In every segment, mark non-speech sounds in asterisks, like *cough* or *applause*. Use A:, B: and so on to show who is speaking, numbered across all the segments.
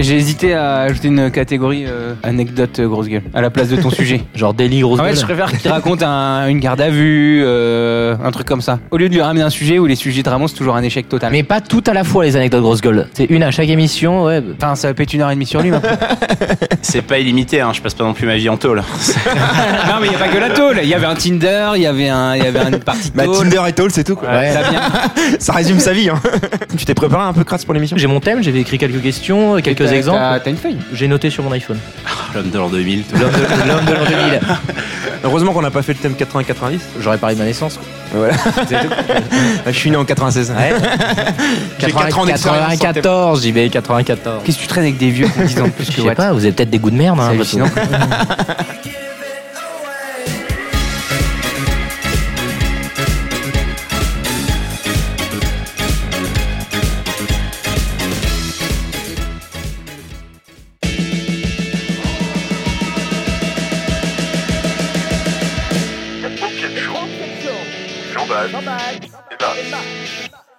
A: J'ai hésité à ajouter une catégorie euh, anecdote euh, grosse gueule à la place de ton *laughs* sujet.
B: Genre délit grosse
A: En fait,
B: gueule.
A: je préfère *laughs* qu'il raconte un- une garde à vue, euh, un truc comme ça. Au lieu de lui ramener un sujet où les sujets de Ramon, c'est toujours un échec total. Mais
B: Mais pas toutes à la fois les anecdotes grosse gueule. C'est une à chaque émission, ouais.
A: enfin, ça pète une heure et demie sur lui. maintenant.
C: C'est pas illimité, hein, je passe pas non plus ma vie en
A: *laughs*
C: tôle.
A: non, mais il n'y a pas que la tôle. Il y avait un Tinder, il y avait, un, il y avait une partie de
D: Bah,
A: tôle.
D: Tinder et Tall, c'est tout quoi.
B: Ouais.
A: Ça vient-
D: Ça résume sa vie. Hein. *laughs* tu t'es préparé un peu crasse pour l'émission
B: J'ai mon thème, j'avais écrit quelques questions, euh, quelques
A: t'as-
B: exemples.
A: t'as- T'as une feuille.
B: J'ai noté sur mon iPhone.
C: *laughs* L'homme de l'an 2000. tout.
B: L'homme de l'homme de l'an 2000. *laughs*
D: Heureusement qu'on n'a pas fait le thème 80-90.
B: J'aurais parlé de ma naissance.
D: Voilà. Ah, je suis né en 96.
B: Ouais.
D: J'ai 4 ans d'expérience.
B: 94, j'y vais 94.
A: Qu'est-ce que tu traînes avec des vieux qui ont 10 ans de plus
B: Je
A: que
B: sais
A: Watt
B: pas, vous avez peut-être des goûts de merde. Hein,
A: C'est
B: parce que-
A: hallucinant.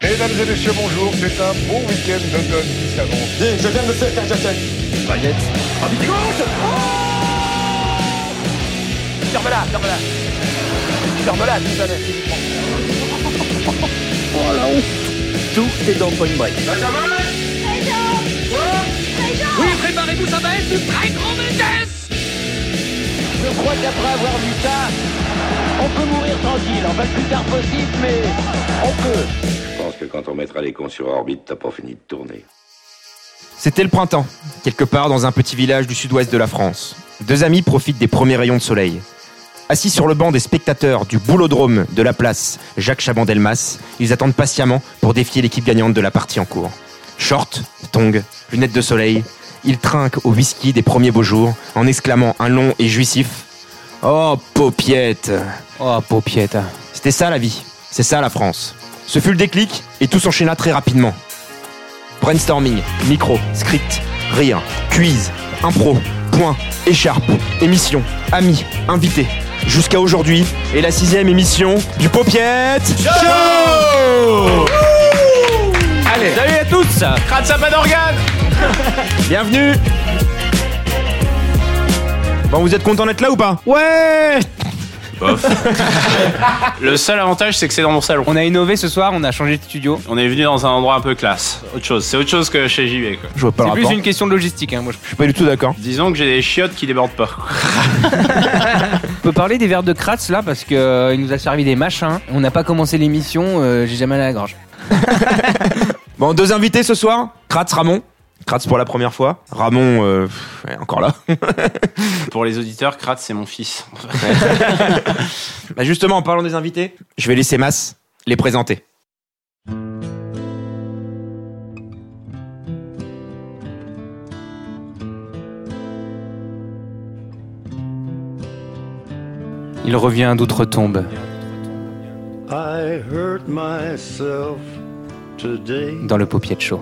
E: Mesdames et messieurs, bonjour, c'est un bon week-end d'automne qui s'avance.
F: Je pense que quand on mettra les cons sur orbite, t'as pas fini de tourner.
D: C'était le printemps, quelque part dans un petit village du sud-ouest de la France. Deux amis profitent des premiers rayons de soleil. Assis sur le banc des spectateurs du boulodrome de la place Jacques Chaban-Delmas, ils attendent patiemment pour défier l'équipe gagnante de la partie en cours. Short, tongs, lunettes de soleil, ils trinquent au whisky des premiers beaux jours en exclamant un long et jouissif Oh, paupiette
A: Oh, paupiette.
D: C'était ça la vie, c'est ça la France. Ce fut le déclic et tout s'enchaîna très rapidement. Brainstorming, micro, script, rire, quiz, impro, point, écharpe, émission, amis, invité. Jusqu'à aujourd'hui, et la sixième émission du Popiette Show Allez,
A: Salut à tous
D: bienvenue Bon, vous êtes content d'être là ou pas Ouais
C: Bof. Le seul avantage, c'est que c'est dans mon salon.
A: On a innové ce soir, on a changé de studio.
C: On est venu dans un endroit un peu classe. Autre chose. C'est autre chose que chez JB, quoi.
D: Je vois pas le
A: C'est plus
D: rapport.
A: une question de logistique. hein, Moi,
D: Je suis pas du tout d'accord.
C: Disons que j'ai des chiottes qui débordent pas.
A: je peux parler des verres de Kratz là parce que euh, il nous a servi des machins. On n'a pas commencé l'émission, euh, j'ai jamais à la gorge.
D: Bon, deux invités ce soir. Kratz, Ramon. Kratz pour la première fois. Ramon, euh, pff, ouais, encore là.
C: Pour les auditeurs, Kratz, c'est mon fils.
D: *laughs* Bah justement, en parlant des invités, je vais laisser Mas les présenter.
A: Il revient d'outre-tombe.
G: I hurt myself today
A: dans le de chaud.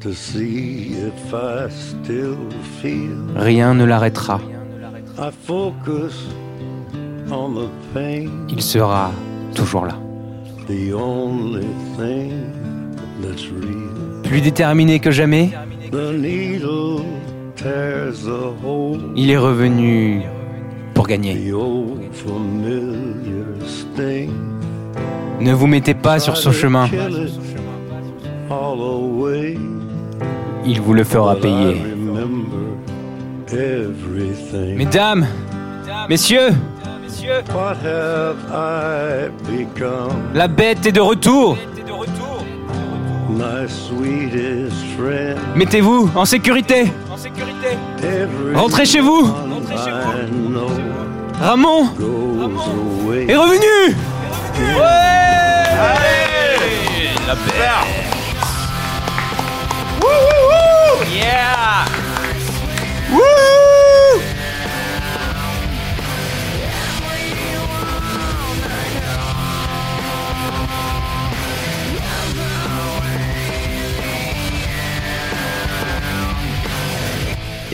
G: to see if I still feel.
A: Rien ne l'arrêtera.
G: I focus on the pain,
A: Il sera toujours là.
G: the only thing that's real.
A: Plus déterminé que jamais,
G: The needle tears a hole,
A: il est revenu pour gagner.
G: the old familiar sting.
A: Ne vous mettez pas sur son
G: Try to
A: chemin,
G: kill it All away,
A: il vous le fera
G: but I
A: payer.
G: remember everything.
A: Mesdames, messieurs,
G: What have I become,
A: la bête est de retour.
G: my sweetest friend?
A: Mettez-vous en sécurité.
G: Rentrez
A: Rentrez chez vous.
G: I know
A: Ramon
G: goes away.
A: est revenu.
C: La paire *laughs*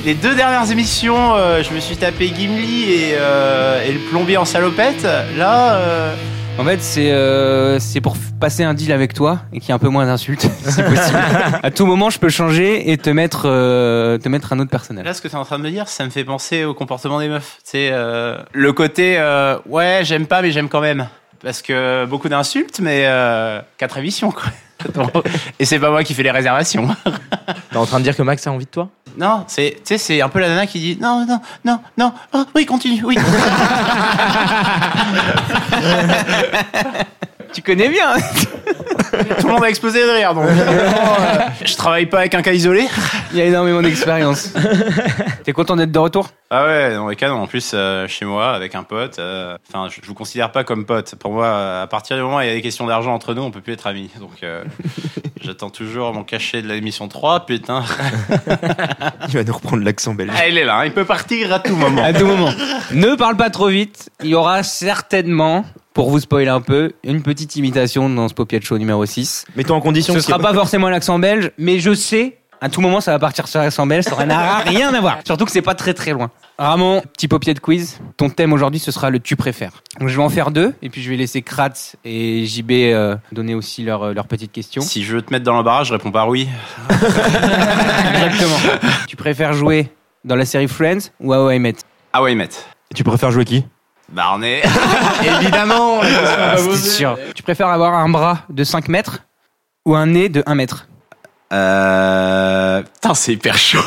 C: Les deux dernières émissions, euh, je me suis tapé Gimli et, euh, et le plombier en salopette. Là, euh,
A: En fait, c'est euh, c'est pour passer un deal avec toi et qu'il y ait un peu moins d'insultes, *laughs* si possible. à tout moment, je peux changer et te mettre, euh, te mettre un autre personnage.
C: Là, ce que tu es en train de me dire, ça me fait penser au comportement des meufs. Tu sais, euh, le côté euh, ouais, j'aime pas, mais j'aime quand même. Parce que beaucoup d'insultes, mais euh, quatre émissions, quoi. *laughs* Et c'est pas moi qui fais les réservations.
B: *laughs* T'es en train de dire que Max a envie de toi
C: Non, c'est, tu sais, c'est un peu la nana qui dit non, non, non, non, Ah, oui, continue, oui.
A: Tu connais bien hein.
C: Tout le monde a explosé de rire, donc *laughs* évidemment, euh, je travaille pas avec un cas isolé.
A: Il y a énormément d'expérience. T'es content d'être de retour
C: Ah ouais, dans les canon, en plus, euh, chez moi, avec un pote, euh, enfin, je, je vous considère pas comme pote. Pour moi, euh, à partir du moment où il y a des questions d'argent entre nous, on peut plus être amis. Donc, *laughs* euh, j'attends toujours mon cachet de l'émission 3, putain.
D: Il va nous reprendre l'accent belge.
C: Ah, il est là, hein, il peut partir à tout *laughs* moment.
A: À tout moment. Ne parle pas trop vite. Il y aura certainement, pour vous spoiler un peu, une petite imitation dans ce Popiat Show numéro 6.
D: Mettons en condition
A: Ce
D: qu'il y
A: sera
D: a-
A: pas forcément l'accent belge, mais je sais, à tout moment, ça va partir sur l'accent belge. Ça
D: *laughs*
A: n'a rien à voir. Surtout que c'est pas très très loin. Ramon, petit Popiat quiz. Ton thème aujourd'hui, ce sera le tu préfères. Donc, je vais en faire deux, et puis je vais laisser Kratz et JB euh, donner aussi leurs euh, leurs petites questions.
C: Ah, Si je veux te mettre dans l'embarras, je réponds par oui.
D: *laughs*
A: Exactement. tu préfères jouer dans la série Friends ou à How I Met
C: Ah ouais, Matt.
D: Tu préfères jouer qui
C: Barney. Évidemment.
D: Ah,
C: euh,
A: C'est sûr. Tu préfères avoir un bras de 5 mètres ou un nez de 1 mètre
C: *laughs* euh, Putain, c'est hyper chaud.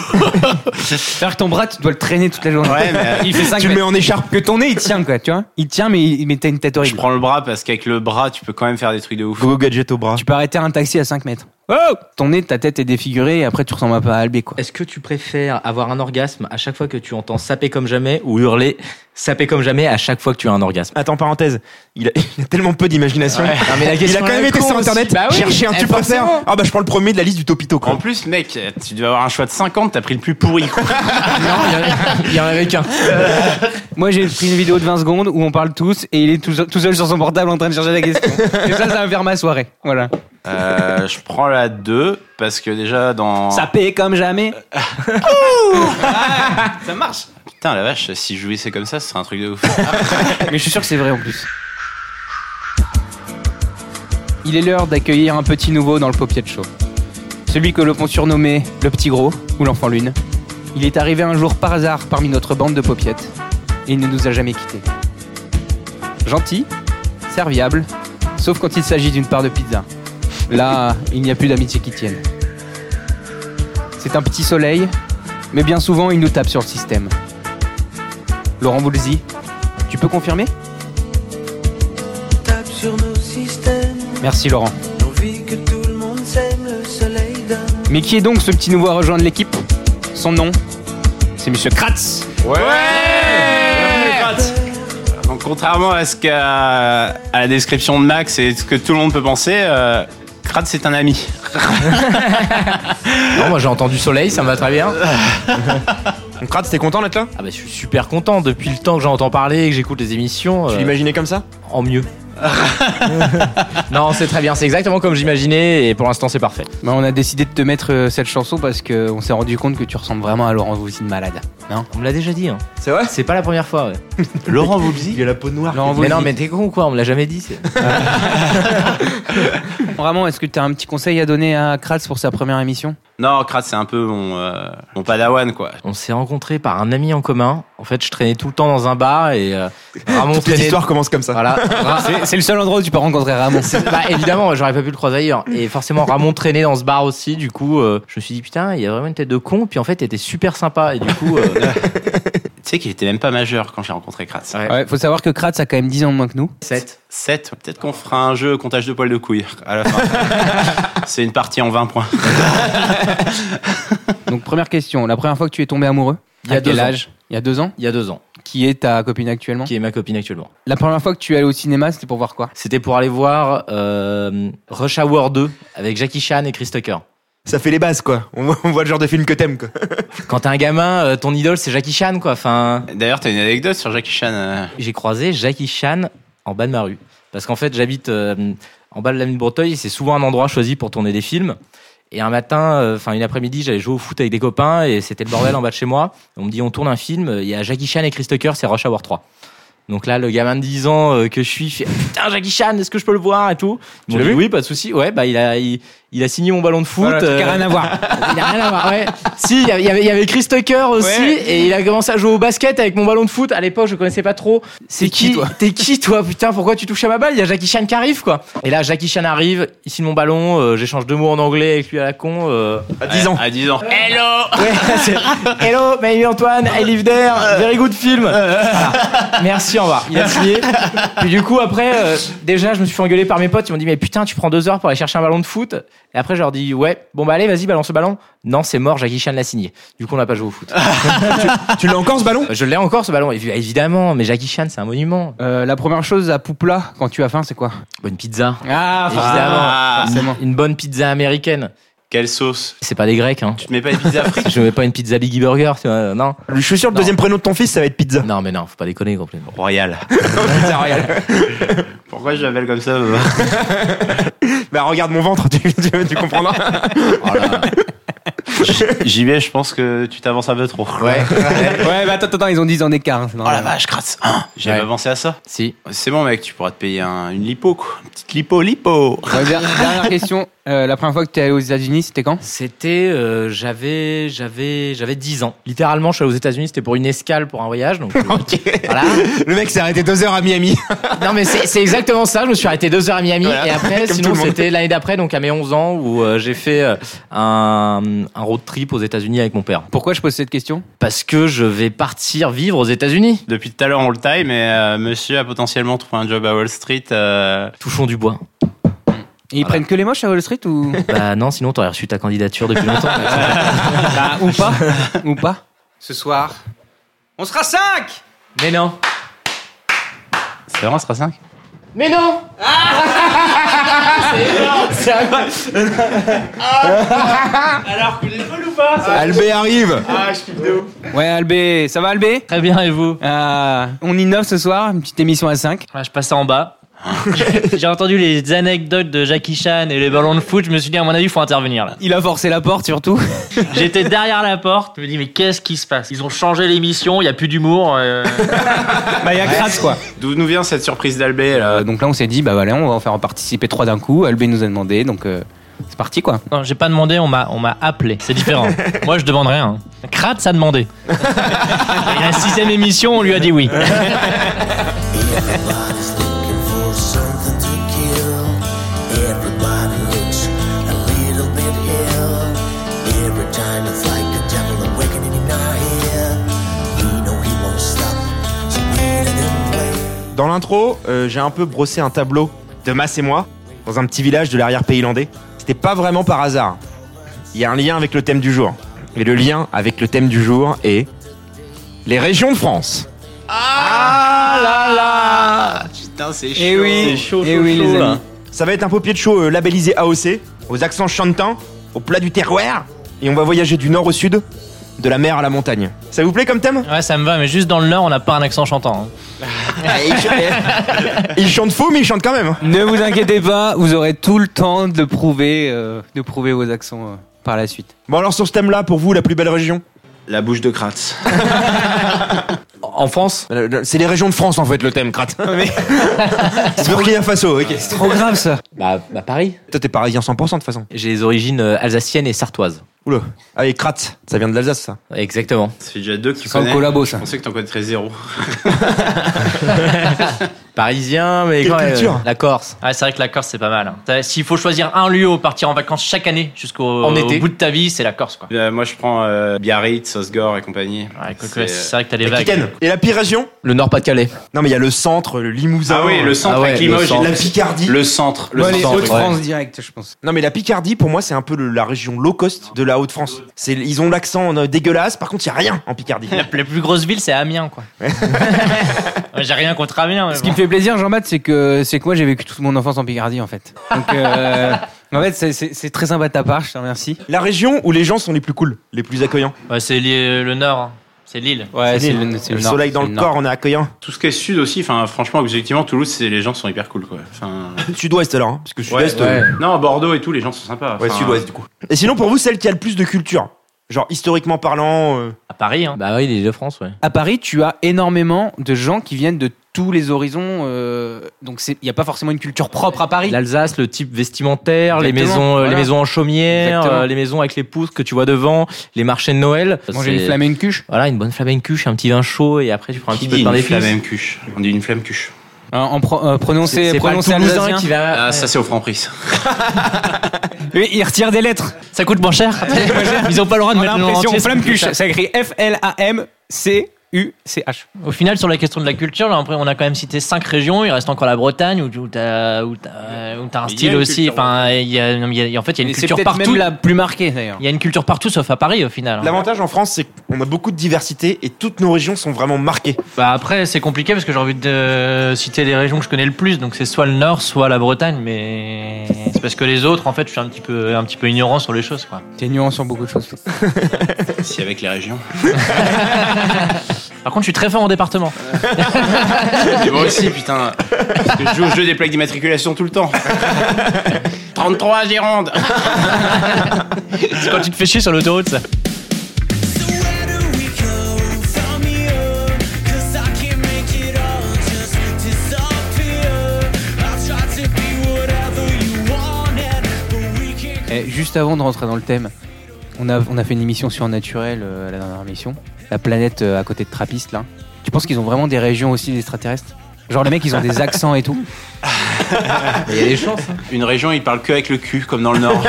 A: C'est-à-dire que ton bras, tu dois le traîner toute la journée.
C: Ouais, mais-
A: *laughs* Il fait 5
D: euh, Tu le mets en écharpe.
A: Que ton nez, il tient, quoi, tu vois. Il tient, mais, il- mais t'as une tête
C: Je
A: horrible.
C: prends le bras parce qu'avec le bras, tu peux quand même faire des trucs de ouf.
D: Go gadget au bras.
A: Tu peux arrêter un taxi à 5 mètres. Oh Ton nez, ta tête est défigurée et après, tu ressembles un peu à Albé, quoi.
B: Est-ce que tu préfères avoir un orgasme à chaque fois que tu entends saper comme jamais ou hurler saper comme jamais à chaque fois que tu as un orgasme
D: Attends, parenthèse. Il a, *laughs* il a tellement peu d'imagination.
B: Non, mais la
D: Il
B: question
D: a quand même
B: est
D: été
B: con
D: sur
B: aussi.
D: internet
B: Bah oui,
D: chercher un
B: eh,
D: tu préfères.
B: forcément.
D: Ah bah je prends le premier de la liste du Topito
C: En
D: quoi.
C: plus, mec, tu devais avoir un choix de 50, t'as pris le plus pourri. quoi.
B: Non, il y en a- il y en avait qu'un.
A: Moi, j'ai pris une vidéo de 20 secondes où on parle tous et il est tout, seul- tout seul sur son portable en train de chercher la question. et ça, ça va faire ma soirée. Voilà.
C: Euh, je prends la 2 parce que déjà dans.
A: Ça paie comme jamais. ça marche.
C: Putain, la vache, si je jouissais comme ça, ce serait un truc de ouf.
A: Mais je suis sûr que c'est vrai en plus. Il est l'heure d'accueillir un petit nouveau dans le Popiet Show. Celui que l'on surnommé le petit gros ou l'enfant lune. Il est arrivé un jour par hasard parmi notre bande de popiettes et il ne nous a jamais quittés. Gentil, serviable, sauf quand il s'agit d'une part de pizza. Là, il n'y a plus d'amitié qui tienne. C'est un petit soleil, mais bien souvent il nous tape sur le système. Laurent Voulzy, tu peux confirmer
H: tape sur nos systèmes.
A: Merci Laurent.
H: L'envie que tout le monde s'aime, le soleil donne.
A: Mais qui est donc ce petit nouveau à rejoindre l'équipe Son nom C'est Monsieur Kratz.
C: Donc, contrairement à ce qu'à à la description de Max et ce que tout le monde peut penser, euh, Kratz est un ami.
B: Non, moi j'ai entendu soleil, ça me va très bien.
D: Donc Kratz, t'es content d'être là
B: Ah bah je suis super content depuis le temps que j'entends parler et que j'écoute les émissions.
D: Tu
B: euh,
D: l'imaginais comme ça
B: en *laughs* mieux. non, c'est très bien, c'est exactement comme j'imaginais et pour l'instant c'est parfait.
A: Bah, on a décidé de te mettre euh, cette chanson parce qu'on s'est rendu compte que tu ressembles vraiment à Laurent Voulzy de malade.
B: On me l'a déjà dit, hein.
D: C'est vrai
B: c'est pas la première fois. ouais.
C: Laurent Voulzy
D: Il a la peau noire.
A: Laurent
B: Mais
A: Voulzy.
B: non, mais t'es con ou quoi On me l'a jamais dit. c'est-
A: Vraiment, est-ce que tu as un petit conseil à donner à Kratz pour sa première émission
C: Non, Kratz, c'est un peu mon, euh, mon padawan, quoi.
B: On s'est rencontrés par un ami en commun. En fait, je traînais tout le temps dans un bar et euh, Ramon
D: Toutes les
B: traînait-
D: histoires commencent comme ça.
B: Voilà. Ra-
A: C'est le seul endroit où tu peux rencontrer Ramon.
B: bah évidemment, j'aurais pas pu le croiser ailleurs. Et forcément, Ramon traînait dans ce bar aussi. Du coup, euh, je me suis dit putain, il y a vraiment une tête de con. Puis en fait, il était super sympa. Et du coup, euh, *laughs*
C: Tu sais qu'il était même pas majeur quand j'ai rencontré Kratz.
B: Ouais.
A: Ouais, faut savoir que Kratz a quand même 10 ans de moins que nous.
B: 7.
C: 7, peut-être qu'on fera un jeu comptage de poils de couille à la fin. c'est une partie en 20 points.
A: Donc première question, la première fois que tu es tombé amoureux
B: Il y a
A: à quel
B: deux ans.
A: âge Il y a deux ans.
B: Il y a deux ans,
A: Qui est ta copine actuellement
B: qui est ma copine actuellement.
A: La première fois que tu es allé au cinéma, c'était pour voir quoi
B: C'était pour aller voir euh, Rush Hour 2 avec Jackie Chan et Chris Tucker.
D: Ça fait les bases quoi. On voit, on voit le genre de film que t'aimes quoi.
B: Quand t'es un gamin, euh, ton idole c'est Jackie Chan quoi. Enfin,
C: D'ailleurs, t'as une anecdote sur Jackie Chan. euh,
B: j'ai croisé Jackie Chan en bas de ma rue parce qu'en fait j'habite euh, en bas de la mine de Breteuil. et C'est souvent un endroit choisi pour tourner des films. Et un matin, euh, enfin une après-midi, j'allais jouer au foot avec des copains et c'était le bordel en bas de chez moi. On me dit on tourne un film, il y a Jackie Chan et Chris Tucker, c'est Rush Hour 3. Donc là, le gamin de 10 ans euh, que je suis, fait putain, Jackie Chan, est-ce que je peux le voir et tout. Ils m'ont
D: l'as
B: dit,
D: vu
B: oui, pas de souci. Ouais, bah il a, il, il a signé mon ballon de foot.
A: Voilà, le truc a
B: euh,
A: rien à voir.
B: *laughs* il a rien à voir, ouais. Si, il y avait- il y avait, il y avait Chris Tucker aussi,
A: Ouais.
B: et il a commencé à jouer au basket avec mon ballon de foot. À l'époque, je connaissais pas trop. C'est
A: qui, toi
B: T'es qui, toi Putain, pourquoi tu touches à ma balle Il y a Jackie Chan qui arrive, quoi. Et là, Jackie Chan arrive, il signe mon ballon, euh, j'échange deux mots en anglais avec lui à la con. euh,
D: À 10 ans.
C: À 10 ans.
B: Ouais, c'est- Hello, my name is Antoine, I live there, very good film. Voilà. Merci, au revoir. Il a signé. Puis du coup, après, euh, déjà, je me suis fait engueuler par mes potes. Ils m'ont dit, mais putain, tu prends deux heures pour aller chercher un ballon de foot. Et après, je leur dis, ouais, bon, bah allez, vas-y, balance le ballon. Non, c'est mort, Jackie Chan l'a signé. Du coup, on n'a pas joué au foot.
D: Tu l'as encore ce ballon
B: Je l'ai encore, ce ballon. Et puis, Évidemment, mais Jackie Chan, c'est un monument.
A: Euh, la première chose à Poupla, quand tu as faim, c'est quoi
B: Bonne pizza.
A: Ah,
C: Ah,
A: forcément.
B: Une bonne pizza américaine.
C: Quelle sauce
B: C'est pas des Grecs, hein.
C: Tu te mets pas des pizzas frites
B: Je mets pas une pizza Biggie Burger, tu vois, non.
D: Je suis sûr, le
B: Non.
D: deuxième prénom de ton fils, ça va être pizza.
B: Non, mais non, faut pas déconner complètement.
C: Royal. Pourquoi je l'appelle comme ça Baba
D: *laughs* Bah regarde mon ventre, tu, tu- tu comprendras.
C: J'y vais, je pense que tu t'avances un peu trop. Ouais.
A: *laughs* Ouais, bah attends, attends, ils ont 10 ans d'écart. hein, c'est
C: Oh la
A: normal.
C: vache, Kratz Hein, J'ai
B: Ouais.
C: avancé à ça.
B: Si.
C: C'est bon, mec, tu pourras te payer un- une lipo, quoi. Une petite lipo, lipo.
A: Ouais, der- dernière question. Euh, la première fois que t'es allé aux États-Unis, c'était quand
B: C'était, euh, j'avais, j'avais, j'avais 10 ans. Littéralement, je suis allé aux États-Unis, c'était pour une escale, pour un voyage. *laughs* Donc, euh, voilà.
D: Le mec s'est arrêté deux heures à Miami.
B: Non, mais c'est c'est exactement ça. Je me suis arrêté deux heures à Miami
D: Voilà,
B: et *laughs* après,
D: comme tout
B: sinon,
D: le monde.
B: c'était l'année d'après, donc à mes 11 ans, où euh, j'ai fait euh, un, un road trip aux États-Unis avec mon père.
A: Pourquoi je pose cette question
B: Parce que je vais partir vivre aux États-Unis.
C: Depuis tout à l'heure, on le taille, mais euh, monsieur a potentiellement trouvé un job à Wall Street. euh,
B: Touchons du bois.
A: Ils prennent que les moches à Wall Street *laughs* ou
B: Bah non, sinon t'aurais reçu ta candidature depuis longtemps.
A: Bah, ou pas Ou pas Ce soir, on sera 5
B: *laughs* mais non.
C: C'est vrai, on sera 5
B: Mais non C'est incroyable.
D: Albé arrive.
A: Ouais, Albé, ça va Albé
B: Très bien, et vous
A: Ah, On innove ce soir, une petite émission à 5.
I: Voilà, je passais en bas. J'ai entendu les anecdotes de Jackie Chan et les ballons de foot. Je me suis dit, à mon avis, il faut intervenir là.
A: Il a forcé la porte surtout.
I: J'étais derrière la porte. Je me dis, mais qu'est-ce qui se passe Ils ont changé l'émission. Il n'y a plus d'humour. euh.
A: *laughs* bah, il a crasse quoi.
C: D'où nous vient cette surprise d'Albé là
A: Euh, donc là, on s'est dit, bah voilà, on va en faire en participer trois d'un coup. Albé nous a demandé, donc euh, c'est parti quoi.
I: *laughs* Non, j'ai pas demandé. On m'a, on m'a appelé. C'est différent. Moi, je demande rien. hein. Kratz a *laughs* demandé. Et la sixième émission, on lui a dit oui.
H: Everybody's looking for something to kill. Everybody looks a little bit ill. Every time it's like a devil awakening in our head. We know he won't stop, so we let him play.
D: Dans l'intro, euh, j'ai un peu brossé un tableau de Mas et moi dans un petit village de l'arrière-pays landais. C'était pas vraiment par hasard. Il y a un lien avec le thème du jour. Et le lien avec le thème du jour est les régions de France.
C: Putain, c'est chaud.
A: Eh oui,
C: C'est chaud,
A: eh
C: chaud,
A: oui
C: chaud,
A: les
C: là.
A: amis.
D: Ça va être un peu pied de show euh, labellisé AOC, aux accents chantants, au plat du terroir. Et on va voyager du nord au sud, de la mer à la montagne. Ça vous plaît comme thème
I: Ouais, ça me va, mais juste dans le Nord, on n'a pas un accent chantant. hein.
D: *laughs* Ils chantent faux, mais ils chantent quand même. hein.
A: Ne vous inquiétez pas, vous aurez tout le temps de prouver, euh, de prouver vos accents euh, par la suite.
D: Bon alors sur ce thème-là, pour vous, la plus belle région
C: La bouche de Kratz.
B: En France
D: Euh, C'est les régions de France en fait le thème, Krat. *laughs* C'est Burkina Faso, ok.
A: Trop grave ça.
B: bah, bah Paris.
D: Toi t'es parisien 100% de toute façon.
B: J'ai les origines euh, alsaciennes et sartoises.
D: Oula. Allez, Krat, ça vient de l'Alsace ça.
B: Exactement.
C: Ça fait déjà deux qui
A: C'est le
C: connaissent.
A: collabo ça.
C: Je pensais que t'en connaîtrais zéro.
B: Parisien, mais
D: Quelle
B: quand même,
D: culture
B: euh, la Corse.
I: Ouais, Ah, c'est vrai que la Corse, c'est pas mal. hein. Ça, S'il faut choisir un lieu où partir en vacances chaque année jusqu'au
B: En
I: au
B: été.
I: bout de ta vie, c'est la Corse. quoi.
C: Euh, moi, je prends euh, Biarritz, Osgore et compagnie.
I: Ouais, quoi que-
C: C'est-
I: c'est vrai que t'as
A: euh,
I: les vagues.
D: Aquitaine. Et la pire région
B: Le Nord-Pas-de-Calais.
D: Non mais il y a le centre, le Limousin.
C: Ah oui, le centre
B: Ah ouais,
C: avec
B: le
C: Limoges.
B: centre.
D: La Picardie.
C: Le centre. Le
A: Bon, allez,
C: centre. ouais.
A: Haute-France direct, je pense.
D: Non mais la Picardie pour moi c'est un peu le- la région low cost de la Haute-France. C'est ils ont l'accent euh, dégueulasse, par contre il y a rien en Picardie.
I: La, la plus grosse ville, c'est Amiens, quoi. *laughs* Ouais, J'ai rien contre Amiens. mais
A: Ce qui
I: bon.
A: me fait plaisir, Jean-Baptiste, c'est que c'est que moi j'ai vécu toute mon enfance en Picardie en fait. Donc euh, *laughs* en fait c'est- c'est c'est très sympa de ta part, je te remercie.
D: la région où les gens sont les plus cool, les plus accueillants.
I: Ouais, c'est lié- le Nord, hein. c'est Lille.
A: Ouais,
D: c'est
A: le,
D: Le, soleil dans le corps, on est accueillant.
C: Tout ce qui est sud aussi, enfin, franchement, objectivement, Toulouse, c'est- les gens sont hyper cool, quoi. Enfin,
D: Sud-ouest alors, hein, parce que
C: ouais,
D: sud-est.
C: ouais. Non, Bordeaux et tout, les gens sont sympas.
D: Ouais,
C: Enfin,
D: sud-ouest du coup. Et sinon, pour vous, celle qui a le plus de culture Genre, historiquement parlant. euh,
I: À Paris, hein.
B: Bah oui, l'île de France, ouais.
A: À Paris, tu as énormément de gens qui viennent de tous les horizons. euh, donc c'est- il n'y a pas forcément une culture propre à Paris.
B: L'Alsace, le type vestimentaire, les
A: Exactement,
B: maisons, euh,
A: voilà.
B: les maisons en chaumière,
A: Exactement.
B: euh, les maisons avec les poutres que tu vois devant, les marchés de Noël.
A: Manger une
B: C'est-
A: flamme et une cuche.
B: Voilà, une bonne flamme cuche, un petit vin chaud et après tu prends un
C: Qui
B: petit
C: dit
B: peu de pain
C: une
B: d'épices.
C: flamme à une cuche On dit une flamme cuche.
A: En, en pro- euh, prononcer,
B: C'est pas le
A: prononcer
B: Toulousain
A: alsacien.
B: qui va.
C: Ah, ça c'est au franc *laughs* prix.
A: Oui, il retire des lettres.
I: Ça coûte moins *laughs* cher. Ils ont pas le droit de
A: On a
I: mettre le nom
A: l'impression
I: entier.
A: flamme cuche. Ça écrit F-L-A-M-C-U-C-H.
I: Au final, sur la question de la culture, là, après, on a quand même cité cinq régions. Il reste encore la Bretagne où où t'as où t'as- où t'as un
C: il y a
I: style
C: une
I: aussi.
C: culture,
I: Enfin, il y a- non, mais il y a- en fait, il y a
A: Et
I: une
A: C'est
I: culture
A: peut-être
I: partout.
A: même la plus marquée d'ailleurs.
I: Il y a une culture partout, sauf à Paris au final. hein.
D: L'avantage en France, c'est qu'on a beaucoup de diversité et toutes nos régions sont vraiment marquées.
I: Bah après, c'est compliqué parce que j'ai envie de euh, citer les régions que je connais le plus. Donc c'est soit le Nord, soit la Bretagne, mais c'est parce que les autres, en fait, je suis un petit peu, un petit peu ignorant sur les choses. Quoi.
A: T'es nuant sur beaucoup de choses.
C: Si avec les régions.
I: Par contre, je suis très fort en département.
C: Et moi Ah, aussi, putain. Parce que je joue au jeu des plaques d'immatriculation tout le *laughs* temps. 33 Gironde
I: C'est quand tu te fais chier sur l'autoroute. ça.
A: Eh, juste avant de rentrer dans le thème, on a, on a fait une émission sur Naturel, euh, la dernière émission. La planète euh, à côté de Trappist, là. Tu penses qu'ils ont vraiment des régions aussi des extraterrestres Genre les mecs, ils ont des accents et *laughs* tout.
B: Il y a des chances.
A: hein.
C: Une région, ils parlent que avec le cul, comme dans le *laughs* Nord.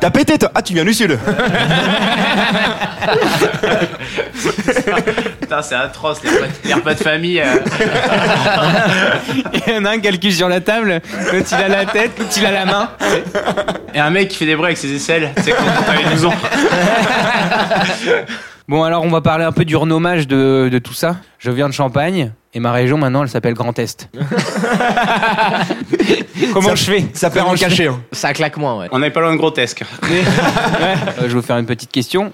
D: T'as pété, toi Ah, tu viens du *laughs* Sud
C: Putain, c'est atroce, les repas, les repas de famille. euh.
A: Il y en a un qui a le cul sur la table, l'autre il a la tête, l'autre il a la main.
C: Et un mec qui fait des bruits avec ses aisselles, tu sais, quand t'avais 12 ans.
A: Bon, alors on va parler un peu du renommage de, de tout ça. Je viens de Champagne et ma région maintenant elle s'appelle Grand
D: *laughs*
A: Est. Comment je fais
D: Ça perd en cachet. hein.
B: Ça claque moins, ouais.
C: On n'est pas loin de grotesque.
A: Euh, Je vais vous faire une petite question.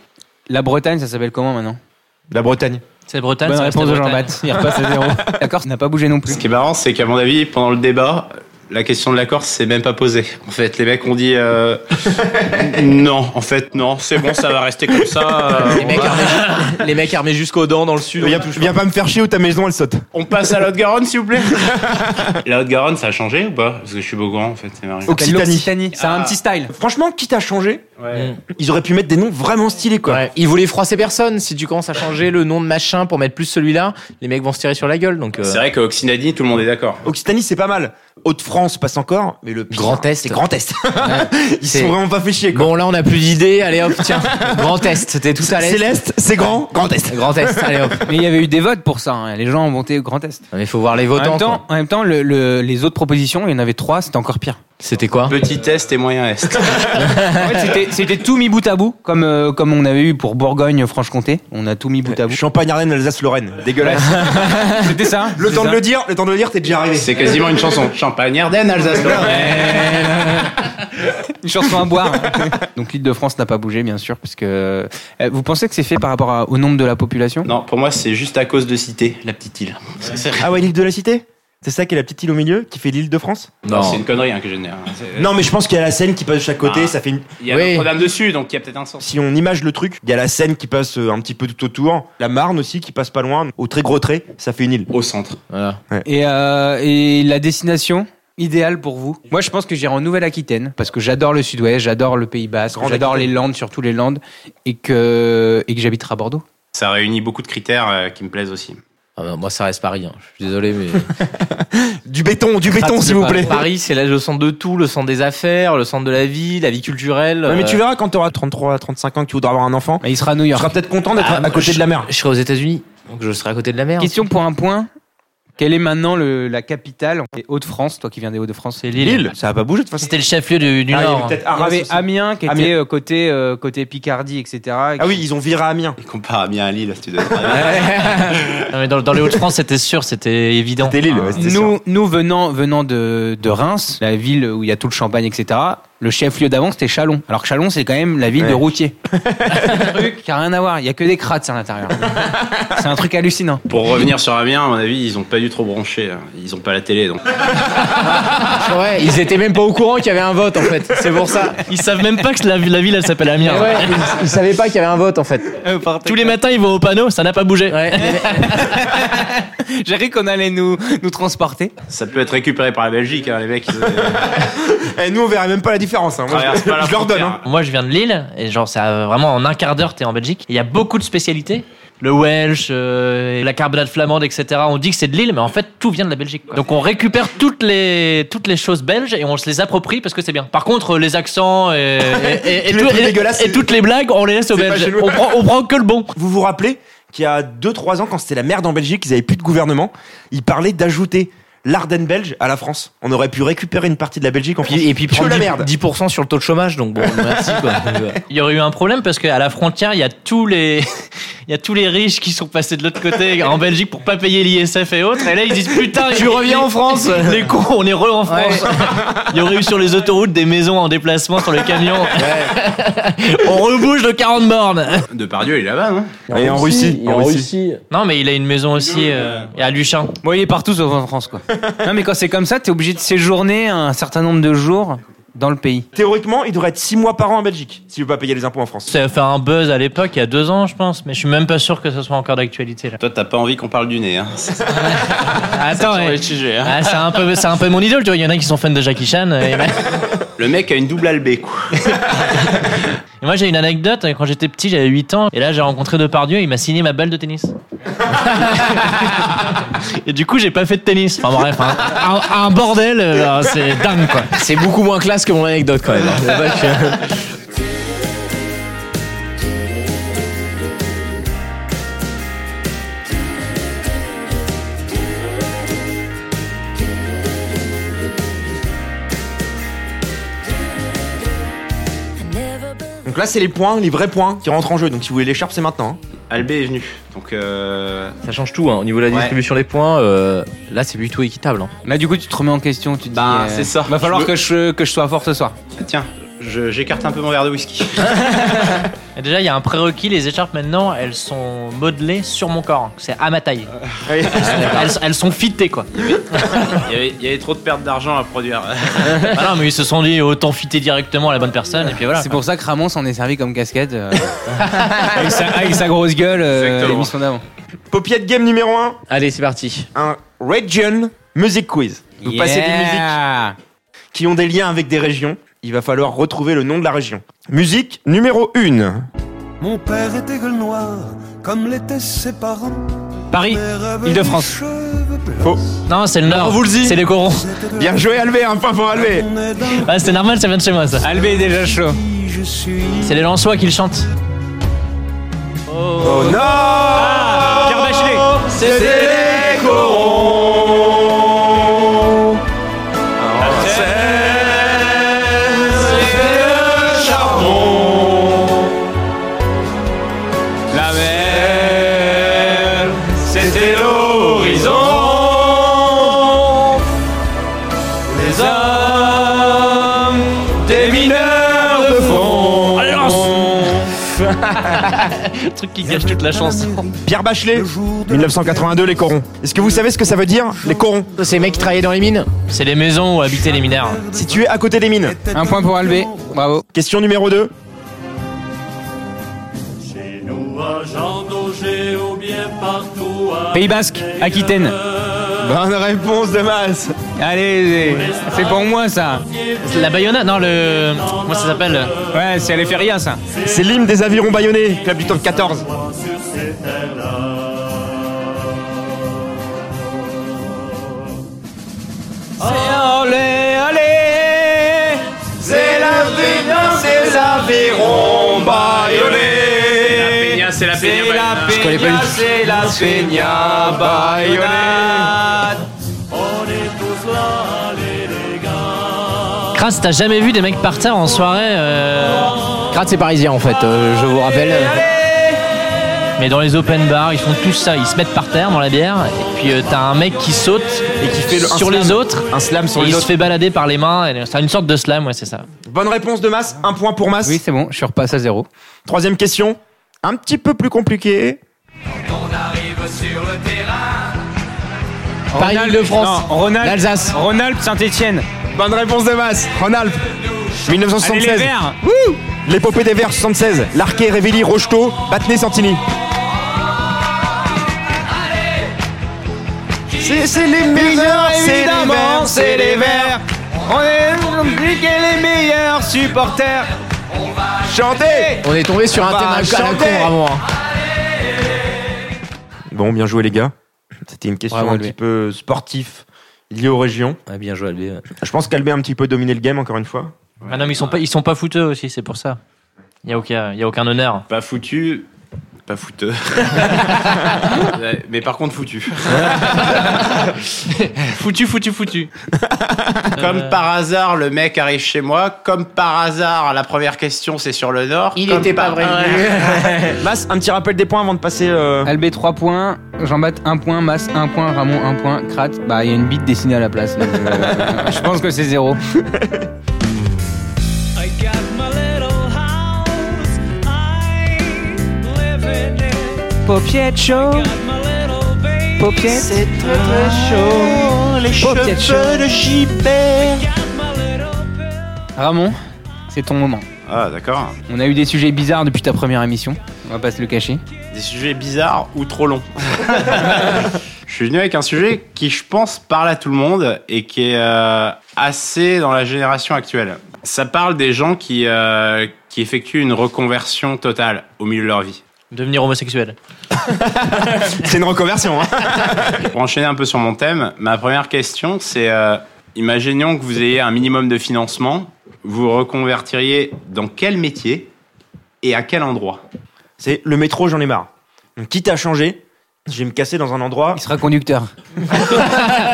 A: La Bretagne, ça s'appelle comment maintenant
D: La Bretagne.
I: C'est Bretagne.
A: Bonne
I: ça reste
A: réponse
I: la
A: de
I: Bretagne.
A: Jean-Baptiste. Il repasse à zéro. *laughs* D'accord, ça n'a pas bougé non plus.
C: Ce qui est marrant, c'est qu'à mon avis, pendant le débat, la question de la Corse s'est même pas posée. En fait, les mecs ont dit euh, non, en fait, non, c'est bon, ça va rester comme ça. euh,
B: Les
C: on
B: mecs,
C: va-
B: armés, les mecs armés jusqu'aux dents dans le sud.
D: Viens, viens pas me faire chier ou ta maison elle saute.
C: On passe à la Haute-Garonne, s'il vous *laughs* plaît. La Haute-Garonne, ça a changé ou pas Parce que je suis beau grand, en fait, c'est marrant.
A: C'est
D: Occitanie.
A: l'Occitanie. Ça
I: Ah.
A: a un petit style.
D: Franchement, quitte à changer,
C: Ouais.
D: ils auraient pu mettre des noms vraiment stylés quoi.
B: Ouais. Ils voulaient froisser personne. Si tu commences à changer le nom de machin pour mettre plus celui-là, les mecs vont se tirer sur la gueule. Donc, euh,
C: C'est vrai qu'à Oxinadi, tout le monde est d'accord.
D: Occitanie, c'est pas mal. Haute-France passe encore, mais le pire,
B: Grand Est.
D: c'est Grand Est. *laughs* Ils
B: C'est-
D: sont vraiment pas fait chier quoi.
B: Bon, là, on a plus d'idées. Allez hop, tiens. *laughs* Grand Est. T'es tout à l'aise.
D: c'est l'Est, c'est grand, Grand Est.
B: Grand Est. Allez hop.
A: Mais il y avait eu des votes pour ça. hein. Les gens ont voté Grand Est.
B: Non, mais faut voir les
A: En
B: votants.
A: même temps,
B: quoi.
A: en même temps le- le- les autres propositions, il y en avait trois, c'était encore pire.
B: C'était quoi
C: Petit Est et Moyen *laughs* Est.
A: En fait, c'était- c'était tout mis bout à bout, comme, euh, comme on avait eu pour Bourgogne-Franche-Comté. On a tout mis bout à bout.
D: Champagne, Ardennes, Alsace, Lorraine. Dégueulasse.
A: C'était ça.
D: le
A: c'est
D: temps de
A: ça.
D: le dire, le temps de le dire, t'es déjà arrivé.
C: C'est quasiment une chanson. Champagne, Ardennes, Alsace.
A: Une chanson à boire. *laughs* Donc l'île de France n'a pas bougé, bien sûr, parce que euh, vous pensez que c'est fait par rapport à- au nombre de la population
C: Non, pour moi, c'est juste à cause de cité, la petite île.
D: Ah ouais, l'île de la Cité C'est ça qui est la petite île au milieu qui fait l'île de France
C: Non, c'est une connerie hein, que je n'ai. hein. C'est-
D: Non, mais je pense qu'il y a la Seine qui passe de chaque côté,
C: Ah.
D: ça fait une...
C: Il y a
B: Oui.
C: Notre-Dame dessus, donc il y a peut-être un sens.
D: Si on image le truc, il y a la Seine qui passe euh, un petit peu tout autour, la Marne aussi qui passe pas loin, au très gros trait, ça fait une île.
C: Au centre.
B: Voilà.
A: Et, euh, et la destination idéale pour vous Moi, je pense que j'irai en Nouvelle-Aquitaine parce que j'adore le Sud-Ouest, j'adore le Pays Basque,
D: Grande
A: j'adore les
D: Aquitaine.
A: Landes, surtout les Landes, et que et que j'habiterai à Bordeaux.
C: Ça réunit beaucoup de critères euh, qui me plaisent aussi.
B: Ah, bah, moi, ça reste Paris. hein. Je suis désolé, mais.
D: Du béton, du béton
A: Crates,
D: s'il vous
A: pas-
D: plaît
B: Paris, c'est là le centre de tout, le centre des affaires, le centre de la vie, la vie culturelle.
D: Ouais, mais tu
B: euh,
D: verras quand t'auras 33, 35 ans que tu voudras avoir un enfant,
A: Mais il sera à New
D: tu
A: York.
D: seras peut-être content d'être
B: Ah,
D: à côté
B: je-
D: de la mer.
B: Je serai aux États-Unis, donc je serai à côté de la mer.
A: Question pour un point. Quelle est maintenant le- la capitale des Hauts-de-France Toi qui viens des Hauts-de-France, c'est Lille.
D: L'île, ça va pas bouger de toute façon.
I: C'était le chef-lieu du, du
D: Ah, il y avait
I: Nord.
D: peut-être
A: Il y
D: Arras
A: avait
D: aussi.
A: Amiens qui était
D: Amiens.
A: euh, côté, euh, côté Picardie, etc.
D: Ah oui, ils ont viré à Amiens.
C: Il compare bien à Lille, tu dois être-
I: Non, mais dans, dans les Hauts-de-France, c'était sûr, c'était évident.
D: C'était l'île, ouais, c'était sûr.
A: Nous, nous venant, venant de, de Reims, la ville où il y a tout le champagne, etc., le chef-lieu d'avant, c'était Chalon. Alors que Chalon, c'est quand même la ville de
J: Ouais.
A: routiers. C'est un truc qui a rien à voir. Il y a que des crates à l'intérieur. c'est un truc hallucinant.
C: *laughs* Pour revenir sur Amiens, à mon avis, ils ont pas dû trop brancher. hein. Ils ont pas la télé, donc.
B: C'est vrai, ils étaient même pas au courant qu'il y avait un vote en fait. C'est pour ça.
I: Ils savent même pas que la, la ville elle s'appelle
B: Mais
I: Amiens.
B: ouais, ils, ils savaient pas qu'il y avait un vote en fait.
I: Tous les matins ils vont au panneau, ça n'a pas bougé.
A: J'ai cru qu'on allait nous, nous transporter.
C: Ça peut être récupéré par la Belgique, hein, les mecs. Ils, *laughs* euh,
J: Eh, nous, on verra même pas la différence. hein. Moi, je-
C: traversent pas la
J: je leur donne.
C: frontière.
J: hein.
I: Moi je viens de Lille et genre ça euh, vraiment en un quart d'heure t'es en Belgique. Il y a beaucoup de spécialités. Le Welsh, euh, et la carbonade flamande, etc. On dit que c'est de Lille, mais en fait tout vient de la Belgique. quoi. Donc on récupère toutes les toutes les choses belges et on se les approprie parce que c'est bien. Par contre les accents et, et- et-
D: *laughs*
I: et
D: Tous les
I: tout-
D: trucs
I: et-
D: dégueulasses,
I: et toutes les blagues on les laisse aux
D: c'est pas
I: Belges.
D: chez nous.
I: On prend, on prend que le bon.
D: Vous vous rappelez qu'il y a 2-3 ans, quand c'était la merde en Belgique, ils n'avaient plus de gouvernement, ils parlaient d'ajouter l'Ardenne belge à la France. On aurait pu récupérer une partie de la Belgique en France.
B: Puis- et puis
D: Que
B: prendre
D: la
B: 10%,
D: merde.
B: 10% sur le taux de chômage, donc bon, merci quoi. euh,
I: Il y aurait eu un problème parce qu'à la frontière, il y a tous les. *laughs* Il y a tous les riches qui sont passés de l'autre côté en Belgique pour pas payer l'ISF et autres. Et là, ils disent putain,
B: Tu
I: les-
B: reviens en France.
I: *laughs* Les cons, on est re en France. Il y aurait eu sur les autoroutes des maisons en déplacement sur le camion. on rebouge de 40 bornes.
C: hein. Depardieu, il est là-bas, non
J: Et en Russie. En Russie.
I: Non, mais il a une maison aussi euh, à Luchin.
A: Bon, il est partout sauf en France, quoi. Non, mais quand c'est comme ça, t'es obligé de séjourner un certain nombre de jours dans le pays.
D: Théoriquement, il devrait être 6 mois par an en Belgique, si vous pas payer les impôts en France.
I: Ça a fait un buzz à l'époque, il y a deux ans, je pense. Mais je suis même pas sûr que ce soit encore d'actualité là.
C: Toi, t'as pas envie qu'on parle du nez, hein.
I: Attends,
C: Sur
I: ouais.
C: les sujets, hein.
I: Ah, c'est un peu, c'est un peu mon idole, tu vois. Il y en a qui sont fans de Jackie
B: *laughs*
I: Chan. et-
C: Le mec a une double albé, quoi.
I: Et moi j'ai une anecdote, quand j'étais petit, j'avais 8 ans, et là j'ai rencontré Depardieu, il m'a signé ma balle
B: *laughs*
I: de tennis. et du coup j'ai pas fait de tennis. Enfin bref, hein. un, un bordel, euh, c'est dingue quoi.
B: C'est beaucoup moins classe que mon anecdote quand même. hein. C'est vrai que-
D: Donc là, c'est les points, les vrais points qui rentrent en jeu. Donc si vous voulez l'écharpe, c'est maintenant. hein.
C: Albé est venu. Donc, euh,
B: Ça change tout hein, au niveau de la
C: Ouais.
B: distribution des points. euh, là, c'est plutôt équitable. hein.
A: Là, du coup, tu te remets en question, tu te
C: Bah,
A: dis. euh,
C: c'est ça.
A: Va falloir
C: Je me-
A: que, je, que je sois fort ce soir.
C: ah, tiens, je- j'écarte un peu mon verre de whisky.
I: Et déjà il y a un prérequis, les écharpes maintenant elles sont modelées sur mon corps, c'est à ma taille. Elles, sont- elles sont fitées quoi.
C: *laughs* Il y avait, il y avait trop de pertes d'argent à *laughs* produire.
I: Ah non mais ils se sont dit autant fitter directement à la bonne personne et puis voilà.
A: C'est pour ça que Ramon s'en est servi comme casquette. euh, *laughs* avec, sa, avec sa grosse gueule, euh,
C: Exactement.
A: l'émission d'avant.
D: Popiette game numéro 1,
B: Allez, c'est parti.
D: un Region Music Quiz. Vous passez des musiques
A: Yeah.
D: qui ont des liens avec des régions. Il va falloir retrouver le nom de la région. Musique numéro 1.
G: Mon père était gueule noire, comme l'étaient ses parents.
A: Paris, Île-de-France.
I: Non c'est le nord,
D: vous le dit.
I: c'est les corons.
D: Bien joué, Alvé, un point pour Alvé.
I: Ah, c'est normal, ça vient de chez moi ça.
B: Ah
A: Albé est déjà chaud.
I: C'est les Lensois qui le chantent.
D: Oh non
A: Pierre Bachelet.
D: C'est les corons. En Seine, c'est le charbon. La mer, c'était l'horizon. Les hommes, des mineurs de fond. Allez,
I: Le truc qui gâche toute la chanson.
D: Pierre Bachelet, 1982, les corons. Est-ce que vous savez ce que ça veut dire, les corons
B: C'est les mecs qui travaillaient dans les mines.
I: C'est les maisons où habitaient les mineurs.
D: Situé à côté des mines.
A: Un point pour Albé. Bravo.
D: Question numéro 2.
A: Pays Basque, Aquitaine.
D: Bonne réponse de masse.
A: Allez, c'est pour moi ça.
I: La Bayona Non, le. Comment ça s'appelle
A: Ouais, c'est à l'Efferia ça.
D: C'est l'hymne des avirons bayonnais, club du top 14.
A: Allez, allez
D: C'est l'hymne des avirons bayonnais.
C: c'est la
A: C'est la peña, c'est la peña bayonnade.
I: Kras, t'as jamais vu des mecs partir en soirée euh,
B: Gratte, c'est parisien en fait, euh, je vous rappelle.
I: Mais dans les open bars, ils font tout ça. Ils se mettent par terre dans la bière. Et puis euh, t'as un mec qui saute et qui fait
D: le- un
I: sur les
D: slam.
I: autres.
D: Un slam sur
I: et
D: les
I: il se
D: autres.
I: fait balader par les mains. et C'est une sorte de slam, ouais, c'est ça.
D: Bonne réponse de masse, un point pour masse.
A: Oui, c'est bon, je suis repassé à zéro.
D: Troisième question, un petit peu plus compliquée.
B: Paris de France.
A: Non, Rhône-Alpes.
B: L'Alsace.
A: Rhône-Alpes, Saint-Etienne.
D: Bonne réponse de masse, Ronalp.
A: Allez,
D: 1976.
A: les verts.
D: Wouh L'épopée des Verts 76. Larquet, Révilly, Rocheteau, Battenay, Santini. C'est c'est les meilleurs, c'est les verts, c'est les verts.
A: On est les meilleurs supporters.
D: Chantez
B: On est tombé sur un
D: Bah,
B: thème à la con,
D: chantez.
B: vraiment. hein.
D: Bon, bien joué les gars. C'était une question
B: Bravo,
D: un
B: Albé.
D: petit peu sportif, liée aux régions.
K: Ah, bien joué, Albé.
D: Je pense qu'Albé a un petit peu dominé le game encore une fois.
I: Ah non, mais ils sont pas, ils sont pas fouteux aussi, c'est pour ça. Il n'y a, aucun- y a aucun honneur.
C: Pas foutu, pas
I: *laughs*
C: fouteux. Ouais, Mais par contre, foutu.
I: Foutu, foutu, foutu.
C: *laughs* Comme par hasard, le mec arrive chez moi. Comme par hasard, la première question, c'est sur le Nord.
B: Il
C: Comme
B: était pas
C: par-
B: vrai.
D: *laughs* Mas, un petit rappel des points avant de passer. euh,
A: Albé 3 points, Jean-Baptiste 1 point, Mas 1 point, Ramon 1 point, Krat, bah il y a une bite dessinée à la place. donc, *laughs* euh, je pense que c'est zéro.
B: Paupiette chaud. Paupiette. C'est très très
A: Ah.
B: chaud. Les cheveux de
A: Ramon, c'est ton moment.
C: Ah, d'accord.
A: On a eu des sujets bizarres depuis ta première émission, on va pas se le cacher.
C: Des sujets bizarres ou trop *laughs* longs. je suis venu avec un sujet qui, je pense, parle à tout le monde et qui est euh, assez dans la génération actuelle. Ça parle des gens qui, euh, qui effectuent une reconversion totale au milieu de leur vie.
I: Devenir homosexuel.
D: C'est une reconversion. *laughs* hein.
C: Pour enchaîner un peu sur mon thème, ma première question, c'est euh, imaginons que vous ayez un minimum de financement, vous reconvertiriez dans quel métier et à quel endroit
D: C'est le métro, j'en ai marre. Donc, quitte à changer, je vais me casser dans un endroit.
A: Il sera conducteur.